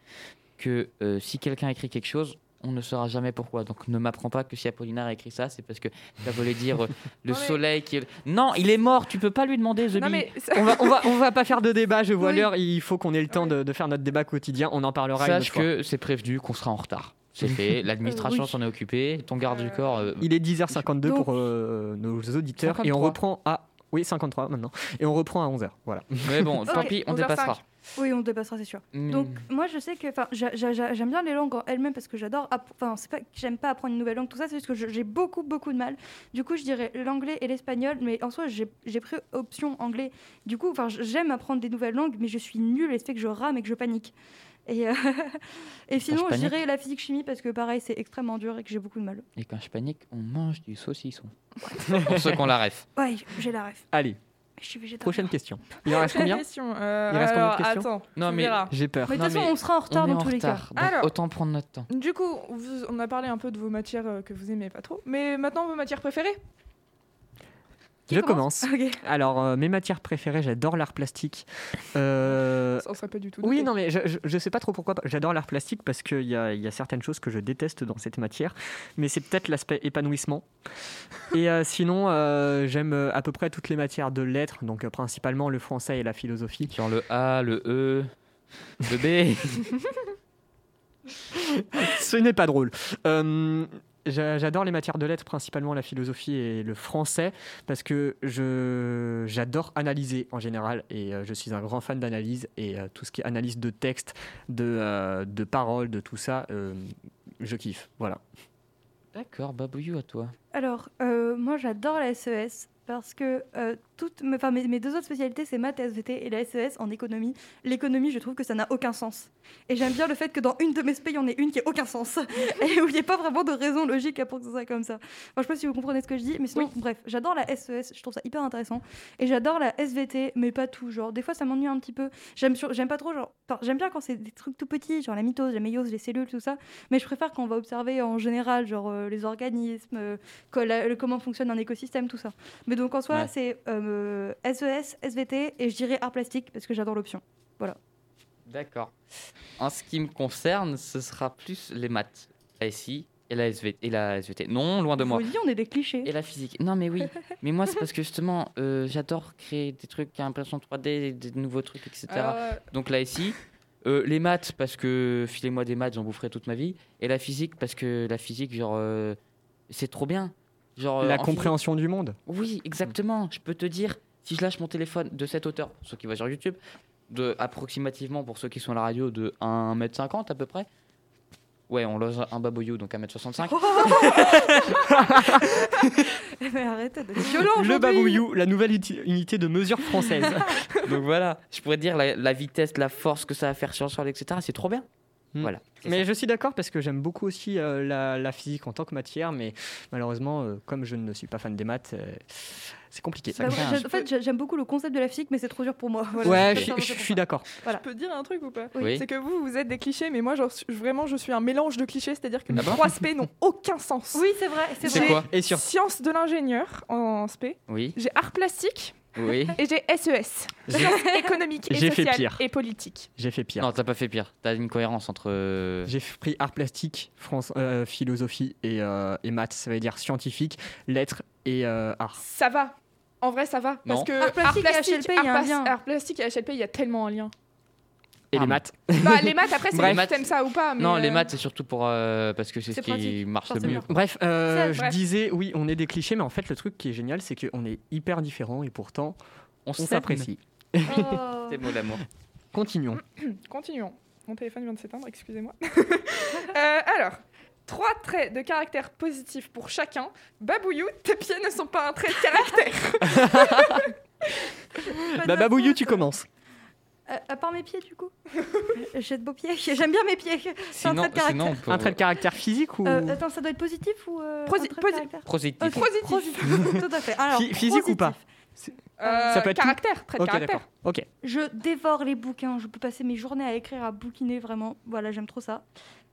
Speaker 3: que euh, si quelqu'un écrit quelque chose, on ne saura jamais pourquoi. Donc ne m'apprends pas que si Apollinaire a écrit ça, c'est parce que ça voulait dire euh, le
Speaker 4: Non, mais-
Speaker 3: soleil qui. est- Non, il est mort, tu peux pas lui demander, The
Speaker 4: Non,
Speaker 3: Bee.
Speaker 4: mais ça-
Speaker 1: On va, on, va, on va pas faire de débat, je vois
Speaker 4: Oui.
Speaker 1: l'heure. Il faut qu'on ait le temps de, de faire notre débat quotidien. On en parlera une
Speaker 3: Sache
Speaker 1: autre fois.
Speaker 3: que c'est prévenu qu'on sera en retard. C'est fait, l'administration
Speaker 2: Euh, oui.
Speaker 3: s'en est occupée, ton garde du
Speaker 4: Euh,
Speaker 3: corps. euh,
Speaker 1: Il est 10h52
Speaker 2: Donc-
Speaker 1: pour euh, nos auditeurs et on
Speaker 3: 53.
Speaker 1: reprend à. Oui, 53 maintenant. Et on reprend à 11h. Voilà.
Speaker 3: Mais bon, tant
Speaker 4: Ok,
Speaker 3: pis, on
Speaker 4: 11h05.
Speaker 3: dépassera.
Speaker 2: Oui, on dépassera, c'est sûr.
Speaker 3: Hmm.
Speaker 2: Donc moi je sais que enfin j'a- j'a- j'a- j'aime bien les langues en elles-mêmes parce que j'adore app- enfin c'est pas que j'aime pas apprendre une nouvelle langue tout ça c'est juste que je- j'ai beaucoup beaucoup de mal. Du coup je dirais l'anglais et l'espagnol mais en soi j'ai j'ai pris option anglais. Du coup enfin j- j'aime apprendre des nouvelles langues mais je suis nulle et c'est fait que je rame et que je panique. Et, euh, et sinon je
Speaker 3: panique.
Speaker 2: dirais la physique chimie parce que pareil c'est extrêmement dur et que j'ai beaucoup de mal.
Speaker 3: Et quand je panique, on mange du saucisson. Pour ceux qui ont la ref.
Speaker 2: Ouais j'ai la ref.
Speaker 1: Allez,
Speaker 2: Je suis végétarienne.
Speaker 1: prochaine question. Il en reste combien
Speaker 4: Question, euh,
Speaker 1: Il reste combien de
Speaker 4: alors,
Speaker 1: questions
Speaker 4: Attends,
Speaker 3: Non,
Speaker 4: tu
Speaker 3: mais-
Speaker 4: verras.
Speaker 1: J'ai peur.
Speaker 2: Mais de
Speaker 3: Non,
Speaker 2: toute façon
Speaker 3: mais
Speaker 2: on sera en retard
Speaker 3: on est
Speaker 2: dans
Speaker 3: en
Speaker 2: tous les cas.
Speaker 3: retard, donc
Speaker 4: Alors-
Speaker 3: autant prendre notre temps.
Speaker 4: Du coup, vous- on a parlé un peu de vos matières euh, que vous aimez pas trop, mais maintenant vos matières préférées
Speaker 2: Qui
Speaker 1: Je commence.
Speaker 2: Ok.
Speaker 1: Alors, euh, mes matières préférées, j'adore l'art plastique. Euh,
Speaker 4: Ça, On serait pas du tout.
Speaker 1: Oui,
Speaker 4: douté.
Speaker 1: non, mais je, je, je sais pas trop pourquoi. J'adore l'art plastique parce qu'il y a, il y a certaines choses que je déteste dans cette matière, mais c'est peut-être l'aspect épanouissement. Et euh, sinon, euh, j'aime euh, à peu près toutes les matières de lettres, donc euh, principalement le français et la philosophie.
Speaker 3: Genre le A, le E, le B.
Speaker 1: Ce n'est pas drôle. Euh, j'a- J'adore les matières de lettres, principalement la philosophie et le français, parce que je j'adore analyser en général, et euh, je suis un grand fan d'analyse, et euh, tout ce qui est analyse de texte, de, euh, de paroles, de tout ça, euh, je kiffe. Voilà.
Speaker 3: D'accord, Babouillou à toi.
Speaker 2: Alors, euh, moi j'adore la SES parce que euh, toutes, mes, enfin, mes, mes deux autres spécialités, c'est maths et SVT et la SES en économie. L'économie, je trouve que ça n'a aucun sens. Et j'aime bien le fait que dans une de mes spé, il y en ait une qui ait aucun sens et où il n'y ait pas vraiment de raison logique à pour que ça soit comme ça. Enfin, je sais pas si vous comprenez ce que je dis, mais sinon, bref, j'adore la SES, je trouve ça hyper intéressant. Et j'adore la SVT, mais pas tout. Genre, des fois, ça m'ennuie un petit peu. J'aime sur- j'aime pas trop, genre, enfin, j'aime bien quand c'est des trucs tout petits, genre la mitose, la méiose, les cellules, tout ça. Mais je préfère quand on va observer en général, genre euh, les organismes, euh, co- la- le- comment fonctionne un écosystème, tout ça. Mais donc en soi,
Speaker 3: Ouais.
Speaker 2: c'est euh, SES, SVT et je dirais art plastique parce que j'adore l'option.
Speaker 3: D'accord. En ce qui me concerne, ce sera plus les maths, la SI et la, SV et la SVT. Non, loin de moi.
Speaker 2: Je vous dis, on est des clichés.
Speaker 3: Et la physique. Non, mais oui. Mais moi, c'est parce que justement, euh, j'adore créer des trucs qui ont impression 3D, des nouveaux trucs, etc.
Speaker 4: Alors, euh,
Speaker 3: Donc la SI. euh, les maths, parce que filez-moi des maths, j'en boufferai toute ma vie. Et la physique, parce que la physique, genre, euh, c'est trop bien. Genre, euh,
Speaker 1: La
Speaker 3: en physique-
Speaker 1: compréhension du monde.
Speaker 3: Oui, exactement. Je peux te dire, si je lâche mon téléphone de cette hauteur, pour ceux qui voient sur YouTube, de approximativement pour ceux qui sont à la radio, de 1m50 à peu près. Ouais, on loge un baboyou, donc 1m65.
Speaker 2: Mais arrêtez de
Speaker 3: Euh,
Speaker 1: Le babouillou, la nouvelle uti- unité de mesure française.
Speaker 3: donc voilà, je pourrais dire la, la vitesse, la force que ça va faire sur le sol, etc. C'est trop bien.
Speaker 1: Mm.
Speaker 3: Voilà. c'est
Speaker 1: mais
Speaker 3: ça.
Speaker 1: je suis d'accord parce que j'aime beaucoup aussi euh, la, la physique en tant que matière, mais malheureusement, euh, comme je ne suis pas fan des maths, euh, c'est compliqué.
Speaker 3: Ça
Speaker 2: Bah,
Speaker 3: craint.
Speaker 2: j'ai- en fait, j'ai- j'aime beaucoup le concept de la physique, mais c'est trop dur pour moi. Voilà,
Speaker 1: Ouais,
Speaker 2: c'est
Speaker 1: je,
Speaker 2: pour
Speaker 1: je-
Speaker 2: ça, c'est
Speaker 1: je
Speaker 2: pour
Speaker 1: suis
Speaker 2: ça.
Speaker 1: d'accord.
Speaker 4: je peux dire un truc ou pas
Speaker 2: Oui.
Speaker 3: Oui.
Speaker 4: C'est que vous, vous êtes des clichés, mais moi, genre, je- vraiment, je suis un mélange de clichés, c'est-à-dire que mes
Speaker 3: Ah bon
Speaker 4: trois SP n'ont aucun sens.
Speaker 2: Oui, c'est vrai. C'est
Speaker 3: C'est
Speaker 2: vrai.
Speaker 3: quoi
Speaker 1: Et sur
Speaker 4: Sciences de l'ingénieur en SP,
Speaker 3: Oui,
Speaker 4: j'ai art plastique
Speaker 3: oui.
Speaker 4: et j'ai E SES,
Speaker 1: J'ai-
Speaker 4: sciences économiques et
Speaker 1: J'ai fait
Speaker 4: sociales
Speaker 1: pire.
Speaker 4: et politiques.
Speaker 1: J'ai fait pire.
Speaker 3: Non, t'as pas fait pire. T'as une cohérence entre. euh,
Speaker 1: J'ai pris art plastique, France, euh, philosophie et, euh, et maths, ça veut dire scientifique, lettres et euh, art.
Speaker 4: Ça va. En vrai, ça va. Parce
Speaker 3: Non.
Speaker 4: que
Speaker 2: Art plastique et HLP, il y a
Speaker 4: art
Speaker 2: un
Speaker 4: pas-
Speaker 2: lien.
Speaker 4: art plastique et HLP, il y a tellement un lien.
Speaker 1: Et les
Speaker 3: Ah, mais-
Speaker 1: maths.
Speaker 4: Bah, les maths, après, c'est
Speaker 3: Bref.
Speaker 4: si t'aimes ça ou pas. mais,
Speaker 3: Non, les
Speaker 4: euh,
Speaker 3: maths, c'est surtout pour. euh, parce que c'est ce
Speaker 2: C'est
Speaker 3: qui
Speaker 2: pratique,
Speaker 3: marche le mieux.
Speaker 2: forcément.
Speaker 1: Bref, euh,
Speaker 2: C'est-
Speaker 1: je
Speaker 4: bref.
Speaker 1: disais, oui, on est des clichés, mais en fait, le truc qui est génial, c'est qu'on est hyper différents et pourtant,
Speaker 3: On
Speaker 1: on
Speaker 3: s'aime.
Speaker 1: s'apprécie.
Speaker 2: Oh.
Speaker 3: C'est beau l'amour.
Speaker 1: Continuons.
Speaker 4: Continuons. Mon téléphone vient de s'éteindre, excusez-moi. Euh, alors, trois traits de caractère positif pour chacun. Babouillou, tes pieds ne sont pas un trait de caractère.
Speaker 2: Pas de
Speaker 1: Bah,
Speaker 2: ma
Speaker 1: Babouillou,
Speaker 2: faute.
Speaker 1: tu commences.
Speaker 2: Euh, à part mes pieds, du coup. J'ai de beaux pieds. J'aime bien mes pieds. C'est un
Speaker 3: Sinon,
Speaker 2: trait de caractère.
Speaker 3: sinon, on peut.
Speaker 1: Un trait de caractère physique ou.
Speaker 2: Euh, attends, ça doit être positif ou. euh,
Speaker 4: Posi-
Speaker 2: un trait de
Speaker 4: posi-
Speaker 2: caractère
Speaker 3: Positif.
Speaker 2: Ok,
Speaker 4: Positif.
Speaker 2: positif, Tout à fait. Alors,
Speaker 1: Phy- physique ou pas
Speaker 2: positif.
Speaker 4: Euh,
Speaker 1: Ça peut être tout.
Speaker 4: caractère, trait de
Speaker 1: Ok,
Speaker 4: caractère.
Speaker 1: d'accord. Ok.
Speaker 2: Je dévore les bouquins. Je peux passer mes journées à écrire, à bouquiner, vraiment. Voilà, j'aime trop ça.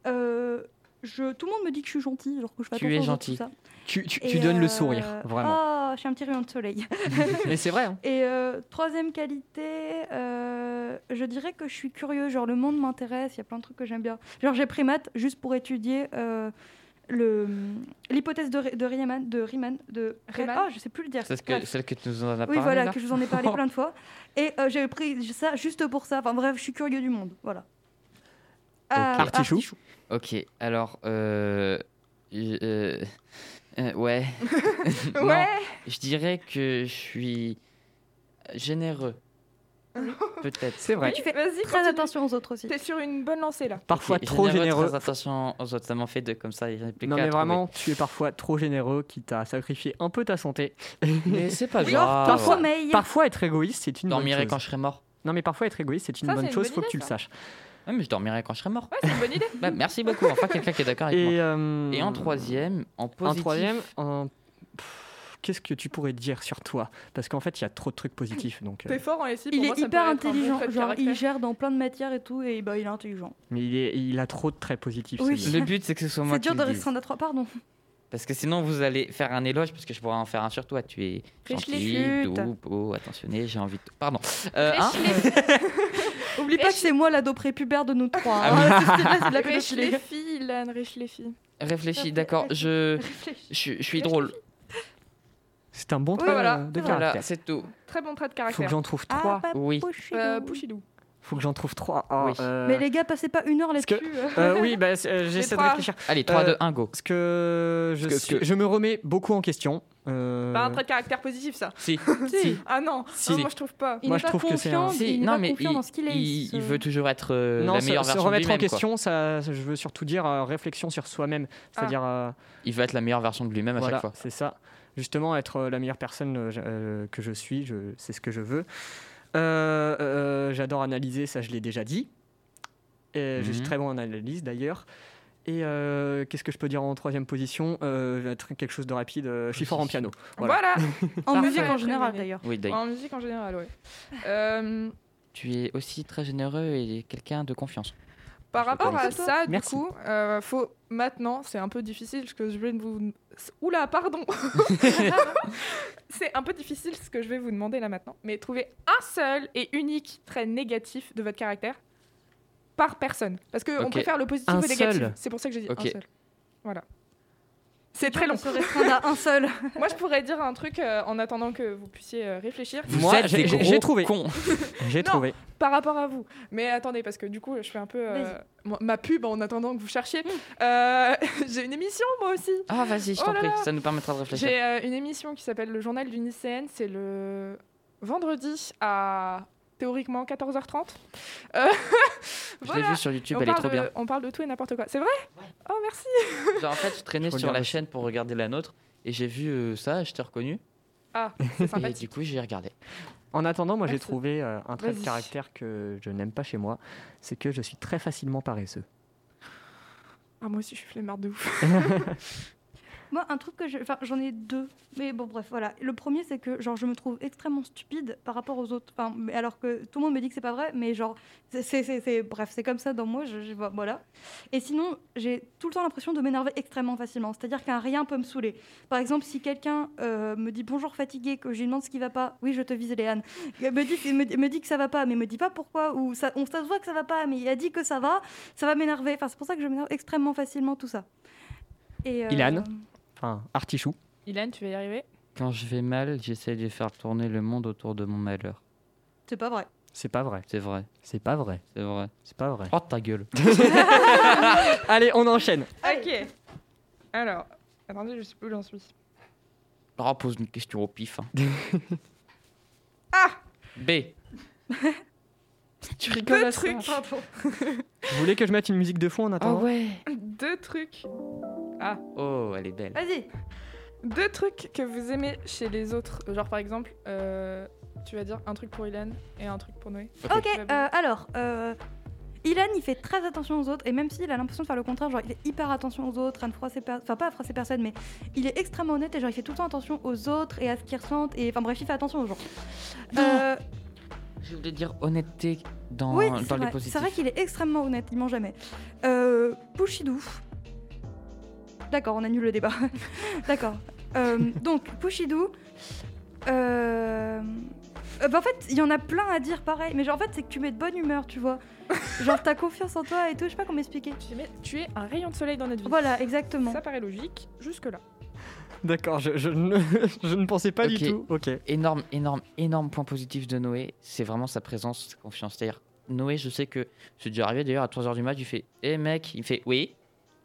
Speaker 2: Euh, je, tout le monde me dit que je suis gentille, alors que je fais
Speaker 3: Tu
Speaker 2: attention
Speaker 3: es
Speaker 2: aux autres,
Speaker 3: gentille.
Speaker 2: tout ça.
Speaker 1: Tu, tu-
Speaker 2: Et,
Speaker 1: tu donnes
Speaker 2: euh,
Speaker 1: le sourire, vraiment.
Speaker 2: Oh, je suis un petit rayon de soleil.
Speaker 4: Ah,
Speaker 3: Mais c'est vrai. hein.
Speaker 2: Et euh, troisième qualité, euh, je dirais que je suis curieux. Genre, le monde m'intéresse, il y a plein de trucs que j'aime bien. Genre, j'ai pris maths juste pour étudier euh, le- l'hypothèse de, Ré- de Riemann. De Riemann, de
Speaker 4: Riemann
Speaker 2: Ah, je sais plus le dire.
Speaker 3: C'est ce que,
Speaker 2: Bref.
Speaker 3: celle que tu nous en as parlé.
Speaker 2: Oui, voilà,
Speaker 3: là.
Speaker 2: que je vous en ai parlé plein de fois. Et euh, j'ai pris ça juste pour ça. Enfin, bref, je suis curieux du monde. Voilà. Ah,
Speaker 1: Artichaut.
Speaker 3: Ok, alors. Euh, je- euh, euh, ouais. Non,
Speaker 4: Ouais.
Speaker 3: Je dirais que je suis généreux. Peut-être.
Speaker 1: C'est vrai.
Speaker 2: Tu fais
Speaker 4: Vas-y,
Speaker 2: Très
Speaker 4: continue.
Speaker 2: attention aux autres aussi.
Speaker 4: T'es sur une bonne lancée là.
Speaker 1: Parfois
Speaker 3: Ok,
Speaker 1: trop généreux.
Speaker 3: Très attention aux autres, ça m'en fait deux comme ça. j'en ai plus
Speaker 1: Non
Speaker 3: qu'à
Speaker 1: mais
Speaker 3: trouver.
Speaker 1: vraiment, tu es parfois trop généreux, quitte à sacrifier un peu ta santé.
Speaker 3: Mais c'est pas
Speaker 1: Oui,
Speaker 3: grave.
Speaker 1: parfois-
Speaker 2: Sommeil.
Speaker 1: Parfois être égoïste, c'est une
Speaker 3: Je
Speaker 1: bonne
Speaker 3: dormirai
Speaker 1: chose.
Speaker 3: quand je serai mort.
Speaker 1: Non mais parfois être égoïste, c'est une
Speaker 4: Ça,
Speaker 1: bonne
Speaker 4: c'est une
Speaker 1: chose,
Speaker 4: bonne
Speaker 1: faut que
Speaker 4: idée,
Speaker 1: tu le
Speaker 4: ça.
Speaker 1: saches.
Speaker 3: Ouais, mais je dormirai quand je serai mort.
Speaker 4: Ouais, c'est une bonne idée.
Speaker 3: Bah, merci beaucoup. Enfin, quelqu'un qui est d'accord avec moi.
Speaker 1: Et, euh,
Speaker 3: Ah, Et en troisième, en
Speaker 1: en
Speaker 3: positif.
Speaker 1: troisième, en- Pff, qu'est-ce que tu pourrais dire sur toi Parce qu'en fait, il y a trop de trucs positifs. Donc, euh,
Speaker 4: T'es fort en SI. pour
Speaker 2: Il
Speaker 4: moi,
Speaker 2: est
Speaker 4: ça me
Speaker 2: hyper
Speaker 4: paraît être un bon
Speaker 2: intelligent.
Speaker 4: trait de
Speaker 2: Genre, il
Speaker 4: caractère.
Speaker 2: gère dans plein de matières et tout. Et bah, il est intelligent.
Speaker 1: Mais il, est- il a trop de traits positifs.
Speaker 2: Oui.
Speaker 1: celui-là.
Speaker 3: Le but, c'est que ce soit moi
Speaker 2: C'est
Speaker 3: qui
Speaker 2: dur de
Speaker 3: le dise.
Speaker 2: restreindre à trois, pardon.
Speaker 3: Parce que sinon, vous allez faire un éloge, parce que je pourrais en faire un sur toi. Tu es
Speaker 4: Riche les
Speaker 3: gentil,
Speaker 2: chutes.
Speaker 3: doux, beau, attentionné, j'ai envie de... Pardon. Euh, hein
Speaker 2: Oublie pas que c'est moi l'ado prépubère de nous trois.
Speaker 3: Ah
Speaker 2: hein.
Speaker 3: oui.
Speaker 2: Si c'est vrai, c'est de la
Speaker 4: Riche les
Speaker 2: pédophilie.
Speaker 4: filles, Ilan, riche les filles.
Speaker 3: Réfléchis, d'accord. Je, je, je suis drôle.
Speaker 1: C'est un bon trait
Speaker 4: voilà,
Speaker 1: euh, de
Speaker 4: voilà.
Speaker 1: caractère.
Speaker 3: Voilà, c'est tout.
Speaker 4: Très bon trait de
Speaker 1: Faut que
Speaker 4: caractère.
Speaker 1: j'en trouve
Speaker 2: Ah,
Speaker 1: trois.
Speaker 3: Oui.
Speaker 4: Euh, Pouchidou.
Speaker 1: Faut que j'en trouve trois. Ah,
Speaker 3: Oui.
Speaker 1: euh,
Speaker 2: Mais les gars, passez pas une heure
Speaker 1: parce que-
Speaker 2: là-dessus. euh.
Speaker 1: euh, oui, bah, c'est- euh, j'essaie de
Speaker 4: trois.
Speaker 1: réfléchir.
Speaker 3: Allez, 3,
Speaker 1: Euh,
Speaker 3: 2, 1, go.
Speaker 1: Parce que je,
Speaker 3: Parce que-
Speaker 1: suis-
Speaker 3: parce
Speaker 1: je me remets beaucoup en question. euh,
Speaker 4: Pas un trait de caractère positif ça.
Speaker 3: Si.
Speaker 1: si.
Speaker 4: Ah non,
Speaker 1: Si.
Speaker 4: Ah, moi je trouve pas.
Speaker 2: Il
Speaker 1: moi,
Speaker 2: n'est
Speaker 1: je
Speaker 2: pas
Speaker 1: trouve que c'est
Speaker 2: confiant,
Speaker 1: un-
Speaker 3: Si,
Speaker 2: il n'est
Speaker 3: non,
Speaker 2: pas
Speaker 3: mais
Speaker 2: confiant
Speaker 3: il-
Speaker 2: dans ce qu'il est.
Speaker 3: Il,
Speaker 2: se-
Speaker 3: il veut toujours être euh,
Speaker 1: Non,
Speaker 3: la
Speaker 1: se,
Speaker 3: meilleure
Speaker 1: se
Speaker 3: version de
Speaker 1: remettre en
Speaker 3: lui-même. quoi.
Speaker 1: question, ça, je veux surtout dire euh, réflexion sur soi-même. C'est-à-dire, euh,
Speaker 3: Il veut être la meilleure version de lui-même à
Speaker 1: voilà,
Speaker 3: chaque fois.
Speaker 1: c'est ça. Justement, être euh, la meilleure personne euh, je- euh, que je suis, je, c'est ce que je veux. Euh, euh, j'adore analyser, ça je l'ai déjà dit. Et Je suis
Speaker 3: Mhm.
Speaker 1: très bon en analyse d'ailleurs. Et euh, qu'est-ce que je peux dire en troisième position Euh, un truc- Quelque chose de rapide, euh, je suis fort en piano. Voilà.
Speaker 4: Voilà.
Speaker 2: En
Speaker 4: Parfait.
Speaker 2: musique en
Speaker 4: Très
Speaker 2: général
Speaker 4: bonne
Speaker 2: d'ailleurs.
Speaker 3: Oui, Dai.
Speaker 4: En musique en général, ouais. Euh,
Speaker 3: Tu es aussi très généreux et quelqu'un de confiance.
Speaker 4: Par
Speaker 3: Je vais
Speaker 4: rapport
Speaker 3: pas
Speaker 4: à
Speaker 2: laisser.
Speaker 4: ça, du
Speaker 1: Merci.
Speaker 4: coup, euh, faut maintenant, c'est un peu difficile ce que je vais vous. Oula, pardon. C'est un peu difficile ce que je vais vous demander là maintenant, mais trouvez un seul et unique trait négatif de votre caractère par personne, parce qu'on
Speaker 3: Ok.
Speaker 4: préfère le positif
Speaker 1: Un
Speaker 4: au négatif.
Speaker 1: seul.
Speaker 4: C'est pour ça que j'ai dit
Speaker 3: Ok.
Speaker 4: un seul. Voilà. C'est très long.
Speaker 2: Se restreindre à un seul.
Speaker 4: Moi, je pourrais dire un truc euh, en attendant que vous puissiez euh, réfléchir
Speaker 1: Vous
Speaker 3: Moi,
Speaker 1: êtes
Speaker 3: j'ai-
Speaker 1: des
Speaker 3: j'ai-
Speaker 1: gros
Speaker 3: j'ai trouvé.
Speaker 1: J'ai
Speaker 4: Non.
Speaker 1: trouvé.
Speaker 4: par rapport à vous. Mais attendez, parce que du coup, je fais un peu euh,
Speaker 2: Vas-y.
Speaker 4: mo- ma pub en attendant que vous cherchiez. Euh, j'ai une émission, moi aussi.
Speaker 3: Ah, vas-y, je
Speaker 4: Oh
Speaker 3: t'en
Speaker 4: là
Speaker 3: prie.
Speaker 4: là.
Speaker 3: Ça nous permettra de réfléchir.
Speaker 4: J'ai euh, une émission qui s'appelle Le Journal d'une lycéenne. C'est le vendredi à théoriquement 14h30. Euh,
Speaker 3: Je l'ai
Speaker 4: voilà.
Speaker 3: vue sur
Speaker 4: Et
Speaker 3: YouTube,
Speaker 4: on,
Speaker 3: elle est
Speaker 4: parle
Speaker 3: trop
Speaker 4: de,
Speaker 3: bien.
Speaker 4: on parle de tout et n'importe quoi. C'est vrai Oh, merci.
Speaker 3: Genre, en fait, je traînais
Speaker 1: Je
Speaker 3: sur la
Speaker 1: regarde.
Speaker 3: chaîne pour regarder la nôtre et j'ai vu euh, ça, je t'ai reconnu.
Speaker 4: Ah, c'est
Speaker 3: Et
Speaker 4: sympathique.
Speaker 3: du coup, j'ai regardé.
Speaker 1: En attendant, moi j'ai
Speaker 4: Merci.
Speaker 1: trouvé euh, un trait de
Speaker 4: Vas-y.
Speaker 1: caractère que je n'aime pas chez moi, c'est que je suis très facilement paresseux.
Speaker 4: Ah, moi aussi, je suis flemmarde de ouf.
Speaker 2: Moi, un truc que je. Enfin, j'en ai deux. Mais bon, bref, voilà. Le premier, c'est que, genre, je me trouve extrêmement stupide par rapport aux autres. Enfin, mais alors que tout le monde me dit que c'est pas vrai, mais genre, c'est. c'est- c'est- c'est- Bref, c'est comme ça dans moi, je, je- voilà. Et sinon, j'ai tout le temps l'impression de m'énerver extrêmement facilement. C'est-à-dire qu'un rien peut me saouler. Par exemple, si quelqu'un euh, me dit bonjour fatigué, que je lui demande ce qui va pas, oui, je te vise, Léane, me dit, me, dit- me dit que ça va pas, mais me dit pas pourquoi, ou ça, on ça se voit que ça va pas, mais il a dit que ça va, ça va m'énerver. Enfin, c'est pour ça que je m'énerve extrêmement facilement, tout ça. Et, euh,
Speaker 1: Ilan Enfin, artichou.
Speaker 4: Ilan, tu vas y arriver
Speaker 3: Quand je vais mal, j'essaie de faire tourner le monde autour de mon malheur.
Speaker 2: C'est pas vrai.
Speaker 1: C'est pas vrai.
Speaker 3: C'est vrai,
Speaker 1: C'est pas vrai.
Speaker 3: c'est vrai.
Speaker 1: C'est pas vrai.
Speaker 3: Oh ta gueule.
Speaker 1: Allez, on enchaîne.
Speaker 4: Ok. Alors, attendez, je sais plus où j'en suis.
Speaker 3: Oh, pose une question au pif. hein.
Speaker 4: Ah
Speaker 3: B. tu
Speaker 4: Deux
Speaker 3: à ça
Speaker 4: trucs.
Speaker 1: Vous voulez que je mette une musique de fond en
Speaker 3: Oh
Speaker 1: attendant
Speaker 3: ouais.
Speaker 4: Deux trucs
Speaker 3: Oh, elle est belle.
Speaker 2: Vas-y.
Speaker 4: Deux trucs que vous aimez chez les autres. Genre par exemple, euh, tu vas dire un truc pour Hélène et un truc pour Noé.
Speaker 3: Ok.
Speaker 2: Ok, euh, alors, euh, Ilan, il fait très attention aux autres, et même s'il a l'impression de faire le contraire, genre, il fait hyper attention aux autres, à ne froisser personne, enfin, pas à froisser personne, mais il est extrêmement honnête, et genre, il fait tout le temps attention aux autres, et à ce qu'ils ressentent, et enfin, bref, il fait attention aux gens. Euh,
Speaker 3: Je voulais dire honnêteté dans,
Speaker 2: oui,
Speaker 3: dans
Speaker 2: c'est
Speaker 3: les
Speaker 2: vrai,
Speaker 3: positifs.
Speaker 2: c'est vrai qu'il est extrêmement honnête, il ment jamais. Euh, Pouchidou, D'accord, on annule le débat. D'accord. Euh, donc, Pushidou. euh, euh, bah, en fait, il y en a plein à dire pareil, mais genre en fait, c'est que tu mets de bonne humeur, tu vois. Genre, t'as confiance en toi et tout, je sais pas comment m'expliquer.
Speaker 4: Tu es- Tu es un rayon de soleil dans notre vie.
Speaker 2: Voilà, exactement.
Speaker 4: Ça paraît logique jusque-là.
Speaker 1: D'accord, je, je ne, je ne pensais pas
Speaker 3: Ok.
Speaker 1: du tout. Ok.
Speaker 3: énorme, énorme, énorme point positif de Noé, c'est vraiment sa présence, sa confiance. C'est-à-dire, Noé, je sais que c'est déjà arrivé d'ailleurs à 3h du mat, il fait Eh mec, il fait Oui.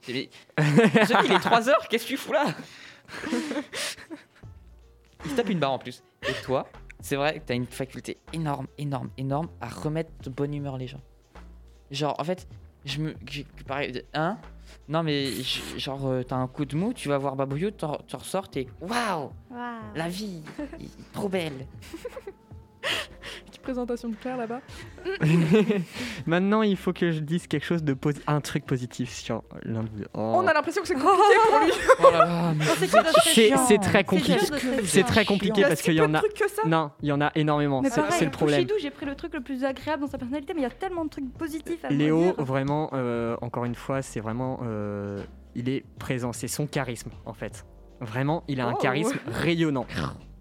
Speaker 3: C'est- mais- Monsieur, il est 3h, qu'est-ce que tu fous là Il se tape une barre en plus. Et toi, c'est vrai que t'as une faculté énorme, énorme, énorme à remettre de bonne humeur les gens. Genre, en fait, je me. j'ai- Pareil, de- hein Non, mais je- genre, euh, t'as un coup de mou, tu vas voir Babouillou, t'en t'en ressors, t'es Waouh
Speaker 2: Oh,
Speaker 3: La vie, i- trop belle
Speaker 4: Petite présentation de Claire là-bas.
Speaker 1: Maintenant, il faut que je dise quelque chose de posi- un truc positif sur l'un de vous. Oh.
Speaker 4: On a l'impression que c'est compliqué pour lui.
Speaker 3: Oh là là, mais
Speaker 2: Non, c'est quelque chose de très
Speaker 1: C'est
Speaker 2: chiant.
Speaker 1: c'est très compliqué.
Speaker 2: quelque chose de très
Speaker 1: C'est
Speaker 2: chiant.
Speaker 1: très compliqué
Speaker 4: Il y a
Speaker 1: parce
Speaker 4: si
Speaker 1: qu'il y
Speaker 4: peu
Speaker 1: en
Speaker 4: de
Speaker 1: a.
Speaker 4: trucs que ça.
Speaker 1: Non, il y en a énormément.
Speaker 2: Mais
Speaker 1: C'est
Speaker 2: pareil,
Speaker 1: c'est le problème.
Speaker 2: Pushidou, j'ai pris le truc le plus agréable dans sa personnalité, mais il y a tellement de trucs positifs à
Speaker 1: Léo,
Speaker 2: dire.
Speaker 1: vraiment, euh, encore une fois, c'est vraiment. euh, il est présent. C'est son charisme, en fait. Vraiment, il a un
Speaker 4: Oh.
Speaker 1: charisme rayonnant.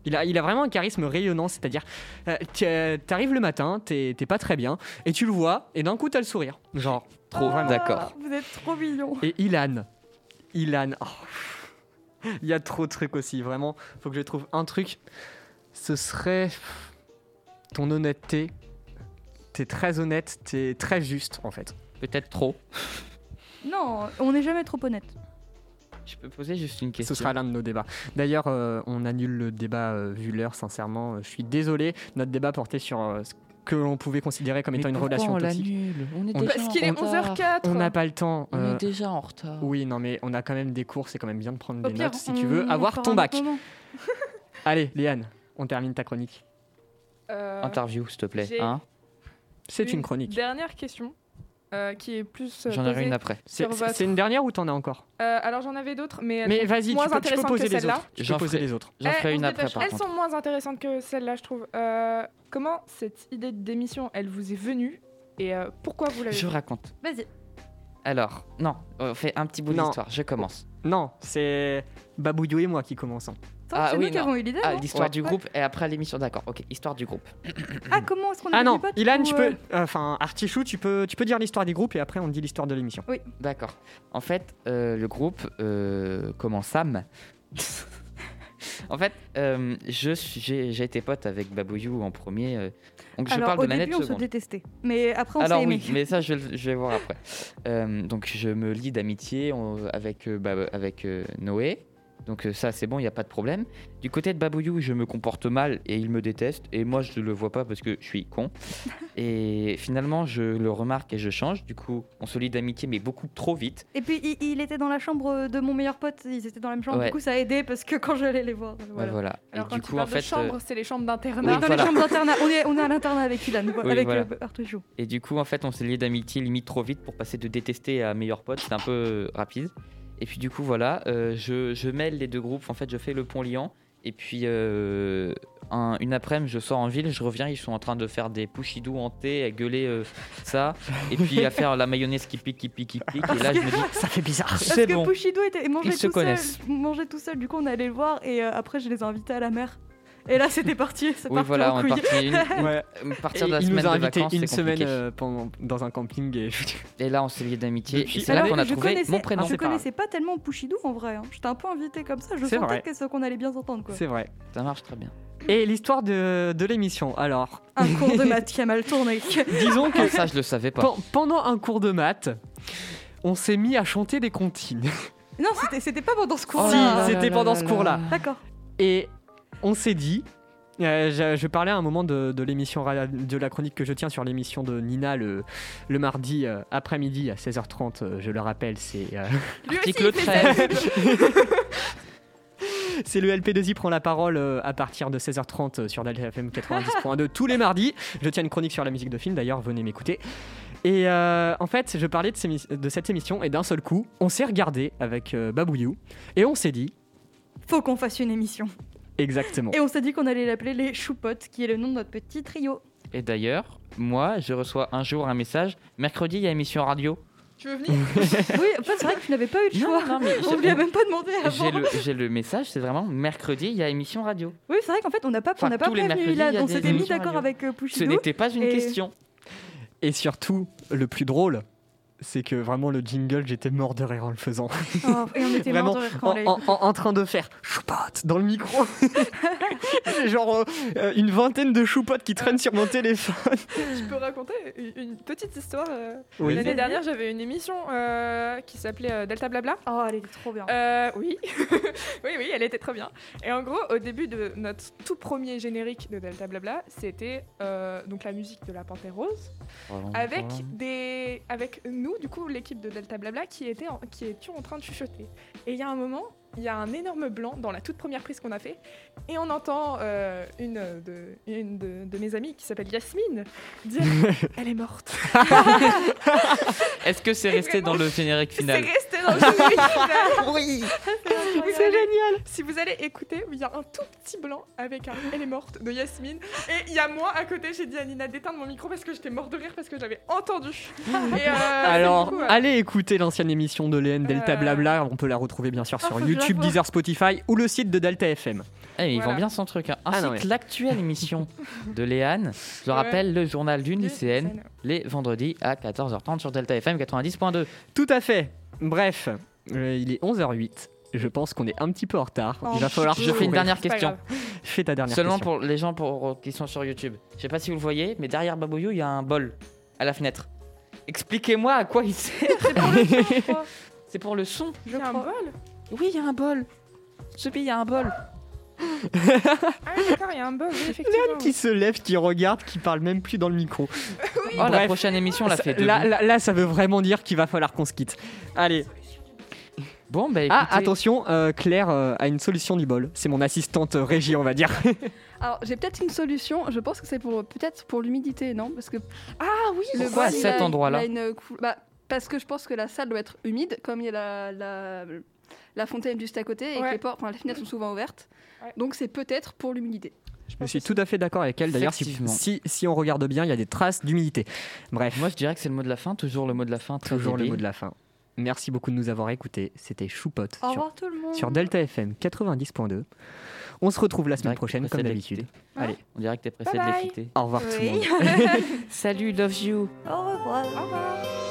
Speaker 1: Il a, il a vraiment un charisme rayonnant, c'est-à-dire, euh, tu- euh, t'arrives le matin, t'es t'es pas très bien, et tu le vois, et d'un coup t'as le sourire. Genre, trop,
Speaker 2: Ah,
Speaker 1: vraiment.
Speaker 3: D'accord.
Speaker 2: Vous êtes trop mignons.
Speaker 1: Et Ilan. Ilan. oh, pff. Il y a trop de trucs aussi, vraiment. Faut que je trouve un truc. Ce serait pff, ton honnêteté. T'es très honnête, t'es très juste en fait.
Speaker 3: peut-être trop.
Speaker 2: Non, on n'est jamais trop honnête.
Speaker 3: Je peux poser juste une question.
Speaker 1: Ce sera l'un de nos débats. D'ailleurs, euh, on annule le débat euh, vu l'heure, sincèrement. euh, je suis désolé. Notre débat portait sur euh, ce que l'on pouvait considérer comme
Speaker 3: Mais
Speaker 1: étant une
Speaker 3: pourquoi
Speaker 1: relation
Speaker 3: on
Speaker 1: toxique.
Speaker 3: l'annule On est
Speaker 1: On-
Speaker 3: déjà
Speaker 4: Parce
Speaker 3: en
Speaker 4: qu'il est
Speaker 3: retard.
Speaker 4: 11h04.
Speaker 1: On n'a pas le temps.
Speaker 3: On
Speaker 1: euh,
Speaker 3: est déjà en retard.
Speaker 1: oui, non, mais on a quand même des cours. C'est quand même bien de prendre
Speaker 2: Au
Speaker 1: des
Speaker 2: pire,
Speaker 1: notes si tu
Speaker 2: on- on
Speaker 1: veux avoir
Speaker 2: fera
Speaker 1: ton
Speaker 2: un
Speaker 1: bac.
Speaker 2: autre moment.
Speaker 1: Allez, Léane, on termine ta chronique.
Speaker 4: Euh,
Speaker 3: Interview, s'il te plaît.
Speaker 4: j'ai-
Speaker 3: Hein
Speaker 1: C'est une chronique.
Speaker 4: Dernière question euh, qui est plus. euh,
Speaker 3: J'en aurai
Speaker 4: posée.
Speaker 3: une après.
Speaker 1: C'est
Speaker 4: sur
Speaker 1: c'est-
Speaker 4: votre-
Speaker 1: c'est une dernière ou t'en as encore
Speaker 4: Euh, alors j'en avais d'autres, mais. elles
Speaker 1: Mais
Speaker 4: sont-
Speaker 1: vas-y, tu,
Speaker 4: moins
Speaker 1: peux- tu peux
Speaker 4: intéressantes
Speaker 1: poser
Speaker 4: que
Speaker 1: les
Speaker 4: celle-là.
Speaker 1: autres. Tu
Speaker 3: J'en
Speaker 1: peux poser
Speaker 3: ferai-
Speaker 1: les autres.
Speaker 3: J'en
Speaker 4: Eh, on
Speaker 3: ferai une
Speaker 4: se
Speaker 3: après
Speaker 4: dépêche.
Speaker 3: par
Speaker 4: Elles
Speaker 3: contre.
Speaker 4: sont moins intéressantes que celle-là, je trouve. Euh, comment cette idée de démission, elle vous est venue et euh, pourquoi vous l'avez
Speaker 3: Je raconte.
Speaker 2: Vas-y.
Speaker 3: Alors, non, on fait un petit bout
Speaker 1: Non.
Speaker 3: d'histoire. Je commence.
Speaker 1: Non, c'est Babouillou et moi qui commençons.
Speaker 2: Attends,
Speaker 3: Ah
Speaker 2: c'est
Speaker 3: oui,
Speaker 2: nous qui
Speaker 3: non.
Speaker 2: avons eu l'idée.
Speaker 3: Ah,
Speaker 2: non
Speaker 3: l'histoire
Speaker 1: Ouais.
Speaker 3: du groupe et après l'émission. D'accord, ok. Histoire du groupe.
Speaker 2: Ah, comment est-ce qu'on a
Speaker 1: Ah
Speaker 2: fait
Speaker 1: non,
Speaker 2: les potes
Speaker 1: Ilan,
Speaker 2: ou,
Speaker 1: tu
Speaker 2: euh,
Speaker 1: peux. Enfin, Artichou, tu peux, tu peux dire l'histoire des groupes et après on dit l'histoire de l'émission.
Speaker 3: D'accord. En fait, euh, le groupe, euh, comment Sam En fait, euh, je suis- j'ai j'ai été pote avec Babouillou en premier. euh, donc je
Speaker 2: Alors,
Speaker 3: parle
Speaker 2: au
Speaker 3: de l'année
Speaker 2: début,
Speaker 3: de
Speaker 2: on se
Speaker 3: seconde.
Speaker 2: détestait. Mais après, on s'est
Speaker 3: Alors
Speaker 2: aimé.
Speaker 3: oui, mais ça je vais, le- je vais voir après. Euh, donc je me lie d'amitié on- avec, euh, bah, avec euh, Noé. Donc euh, ça c'est bon, il n'y a pas de problème. Du côté de Babouillou, je me comporte mal et il me déteste. Et moi je ne le vois pas parce que je suis con. et finalement je le remarque et je change. Du coup on se lie d'amitié mais beaucoup trop vite.
Speaker 2: Et puis, il, il était dans la chambre de mon meilleur pote. Ils étaient dans la même chambre.
Speaker 3: Ouais.
Speaker 2: Du coup, ça a aidé parce que quand j'allais les voir.
Speaker 3: Ouais,
Speaker 2: Voilà.
Speaker 3: Voilà.
Speaker 4: Alors
Speaker 3: et
Speaker 4: quand
Speaker 3: du
Speaker 4: tu
Speaker 3: coup en
Speaker 4: parles de
Speaker 3: fait... euh,
Speaker 4: chambre, c'est les chambres
Speaker 2: On est
Speaker 4: d'internat.
Speaker 3: Oui,
Speaker 2: dans
Speaker 3: voilà.
Speaker 2: les chambres d'internat. On est, on est à l'internat avec Ilan.
Speaker 3: Oui,
Speaker 2: avec
Speaker 3: voilà.
Speaker 2: euh, Arthur Chou.
Speaker 3: Et du coup, en fait, on s'est lié d'amitié limite trop vite pour passer de détester à meilleur pote. C'était un peu euh, rapide. Et puis, du coup, voilà, euh, je, je mêle les deux groupes. En fait, je fais le pont liant. Et puis, euh, un- une après-midi, je sors en ville, je reviens. Ils sont en train de faire des pushidou en thé, à gueuler euh, ça. Et puis, à faire la mayonnaise qui pique, qui pique, qui pique. Et là, je me dis,
Speaker 1: Ça fait bizarre.
Speaker 3: c'est
Speaker 2: Parce que
Speaker 3: bon.
Speaker 2: Pushido était et mangeait
Speaker 3: Ils se
Speaker 2: tout seul.
Speaker 3: connaissent.
Speaker 2: Mangeait tout seul. Du coup, on allait le voir. Et euh, après, je les ai invités à la mer. Et là, c'était parti. C'est
Speaker 3: Oui,
Speaker 2: parti
Speaker 3: voilà,
Speaker 2: en
Speaker 3: on est
Speaker 2: couille.
Speaker 3: parti. Une,
Speaker 1: Ouais.
Speaker 3: une-
Speaker 1: Et
Speaker 3: partir de la
Speaker 1: il
Speaker 3: semaine
Speaker 1: nous a
Speaker 3: de
Speaker 1: invités
Speaker 3: vacances,
Speaker 1: une
Speaker 3: c'est
Speaker 1: semaine
Speaker 3: compliqué.
Speaker 1: euh, pendant, dans un camping et
Speaker 3: Et là, on s'est lié d'amitié.
Speaker 1: Depuis-
Speaker 3: Et c'est là
Speaker 1: Alors
Speaker 3: qu'on a
Speaker 2: je
Speaker 3: trouvé
Speaker 2: connaissais-
Speaker 3: mon prénom.
Speaker 2: Je
Speaker 1: C'est pas
Speaker 2: connaissais pas tellement Pouchidou en vrai. hein. J'étais un peu invitée comme ça. Je
Speaker 1: C'est vrai.
Speaker 2: sentais que ce qu'on allait bien s'entendre quoi.
Speaker 1: c'est vrai.
Speaker 3: Ça marche très bien.
Speaker 1: Et l'histoire de, de l'émission, alors,
Speaker 2: Un cours de maths qui a mal tourné.
Speaker 1: disons que
Speaker 3: Ah, ça, je le savais pas.
Speaker 1: pen- pendant un cours de maths, on s'est mis à chanter des comptines.
Speaker 2: non, c'était- c'était pas pendant ce
Speaker 1: si,
Speaker 2: cours-là.
Speaker 1: c'était pendant ce cours-là.
Speaker 2: D'accord.
Speaker 1: Et on s'est dit, euh, je, je parlais à un moment de, de l'émission ra- de la chronique que je tiens sur l'émission de Nina le, le mardi euh, après-midi à 16h30, euh, je le rappelle, c'est euh,
Speaker 4: Lui aussi,
Speaker 3: Article
Speaker 4: il fait ça.
Speaker 3: 13.
Speaker 1: c'est le LP2I prend la parole euh, à partir de 16h30 euh, sur Delta FM 90.2 tous les mardis. Je tiens une chronique sur la musique de film d'ailleurs, venez m'écouter. Et euh, en fait, je parlais de, ces mis- de cette émission et d'un seul coup, on s'est regardé avec euh, Babouillou et on s'est dit
Speaker 2: Faut qu'on fasse une émission.
Speaker 1: exactement.
Speaker 2: Et on s'est dit qu'on allait l'appeler les Choupotes, qui est le nom de notre petit trio.
Speaker 3: Et d'ailleurs, moi, je reçois un jour un message. Mercredi, il y a émission radio.
Speaker 4: Tu veux venir
Speaker 2: Oui, en fait, c'est vrai que tu n'avais pas eu le choix.
Speaker 3: non, mais
Speaker 2: on lui a même pas demandé avant.
Speaker 3: J'ai le, j'ai le message, c'est vraiment mercredi, il y a émission radio.
Speaker 2: Oui, c'est vrai qu'en fait, on n'a pas,
Speaker 3: Enfin,
Speaker 2: on n'a pas
Speaker 3: tous les
Speaker 2: prévenu
Speaker 3: mercredis, il
Speaker 2: Ilan.
Speaker 3: y a
Speaker 2: On
Speaker 3: des
Speaker 2: s'était mis
Speaker 3: émissions
Speaker 2: d'accord
Speaker 3: radio.
Speaker 2: avec euh,
Speaker 3: Ce
Speaker 2: Pushido.
Speaker 3: n'était pas une
Speaker 2: et-
Speaker 3: question.
Speaker 1: Et surtout, le plus drôle, c'est que vraiment le jingle, j'étais mort de rire en le faisant.
Speaker 2: Oh, et on était
Speaker 1: Vraiment,
Speaker 2: morts de rire quand
Speaker 1: En,
Speaker 2: on l'a eu.
Speaker 1: en- en- en train de faire choupote dans le micro. J'ai genre euh, euh, une vingtaine de choupotes qui traînent sur mon téléphone.
Speaker 4: Je peux raconter une- une petite histoire. euh,
Speaker 1: Oui.
Speaker 4: L'année dernière, j'avais une émission euh, qui s'appelait euh, Delta Blabla.
Speaker 2: Oh, elle était trop bien.
Speaker 4: Euh, oui, oui, oui, elle était très bien. Et en gros, au début de notre tout premier générique de Delta Blabla, c'était euh, donc la musique de la Panthère Rose, avec des, avec nous, du coup, l'équipe de Delta Blabla, qui était, en- qui étions en train de chuchoter. Et il y a un moment, il y a un énorme blanc dans la toute première prise qu'on a fait, et on entend euh, une de, une de, de mes amies qui s'appelle Yasmine dire, elle est morte.
Speaker 3: Est-ce que c'est resté dans le générique final
Speaker 4: C'est resté dans le générique final.
Speaker 3: Oui
Speaker 4: C'est génial Si vous allez écouter, il y a un tout petit blanc avec un Elle est morte de Yasmine. Et il y a moi à côté, j'ai dit à Nina d'éteindre mon micro parce que j'étais morte de rire parce que j'avais entendu. Et, euh,
Speaker 1: Alors,
Speaker 4: du coup, euh,
Speaker 1: allez écouter l'ancienne émission de Léon Delta
Speaker 4: Euh.
Speaker 1: Blabla. On peut la retrouver bien sûr
Speaker 2: Ah, faut
Speaker 1: sur
Speaker 2: que je la
Speaker 1: YouTube,
Speaker 2: vois.
Speaker 1: Deezer, Spotify ou le site de Delta FM.
Speaker 3: Eh, Il
Speaker 4: Voilà.
Speaker 3: vend bien son truc. Hein.
Speaker 1: Ah,
Speaker 3: Ainsi
Speaker 1: non, mais-
Speaker 3: que l'actuelle émission de Léane, je
Speaker 4: Ouais.
Speaker 3: rappelle le journal d'une
Speaker 4: de
Speaker 3: lycéenne, les vendredis à 14h30 sur Delta FM 90.2.
Speaker 1: Tout à fait. Bref, euh, il est 11h08. Je pense qu'on est un petit peu en retard.
Speaker 4: Oh,
Speaker 1: il va falloir que je
Speaker 3: Je fais une
Speaker 1: fasse
Speaker 3: dernière
Speaker 4: C'est pas
Speaker 3: question.
Speaker 4: grave.
Speaker 1: Fais ta dernière
Speaker 3: Seulement
Speaker 1: question.
Speaker 3: pour les gens pour- qui sont sur YouTube. Je sais pas si vous le voyez, mais derrière Babouyou, il y a un bol à la fenêtre. Expliquez-moi à quoi il sert.
Speaker 4: Je crois.
Speaker 3: C'est pour le son.
Speaker 4: Il y a un
Speaker 2: crois.
Speaker 4: bol
Speaker 3: Oui, il y a un bol. Ce pays, il y a un bol.
Speaker 4: Ah oui, d'accord, il y a un bol, oui, effectivement.
Speaker 1: Qui se lève, qui regarde, qui parle même plus dans le micro.
Speaker 3: Oh, la
Speaker 1: Bref.
Speaker 3: prochaine émission, on la
Speaker 1: Ça-
Speaker 3: fait
Speaker 1: là,
Speaker 3: debout.
Speaker 1: là, là, ça veut vraiment dire qu'il va falloir qu'on se quitte. Allez.
Speaker 3: Bon, bah écoutez,
Speaker 1: Ah, attention, euh, Claire euh, a une solution du bol. C'est mon assistante euh, régie, on va dire.
Speaker 5: Alors, j'ai peut-être une solution. Je pense que c'est pour peut-être pour l'humidité, non Parce que
Speaker 4: Ah oui
Speaker 5: le
Speaker 3: Pourquoi
Speaker 5: bol,
Speaker 3: à
Speaker 5: il
Speaker 3: cet
Speaker 5: a-
Speaker 3: endroit-là
Speaker 5: il a une cou- bah, Parce que je pense que la salle doit être humide, comme il y a la, la, la fontaine juste à côté et
Speaker 4: Ouais.
Speaker 5: que les, portes, enfin, les fenêtres sont souvent ouvertes.
Speaker 4: Ouais.
Speaker 5: Donc, c'est peut-être pour l'humidité.
Speaker 1: Je me suis tout à fait d'accord avec elle. D'ailleurs, si,
Speaker 3: Effectivement.
Speaker 1: si, si on regarde bien, il y a des traces d'humidité. Bref,
Speaker 3: moi je dirais que c'est le mot de la fin, toujours le mot de la fin. Très
Speaker 1: toujours le
Speaker 3: débile.
Speaker 1: mot de la fin. Merci beaucoup de nous avoir écoutés. C'était Choupote
Speaker 2: Au
Speaker 1: sur,
Speaker 2: revoir tout le monde.
Speaker 1: sur Delta FM 90.2. On se retrouve la semaine prochaine, comme d'habitude. Allez,
Speaker 3: On dirait que t'es pressé
Speaker 4: Bye
Speaker 3: de
Speaker 4: bye.
Speaker 3: l'équité.
Speaker 1: au revoir tout le monde.
Speaker 2: Oui.
Speaker 3: Salut, love you.
Speaker 2: Au revoir.
Speaker 4: Au revoir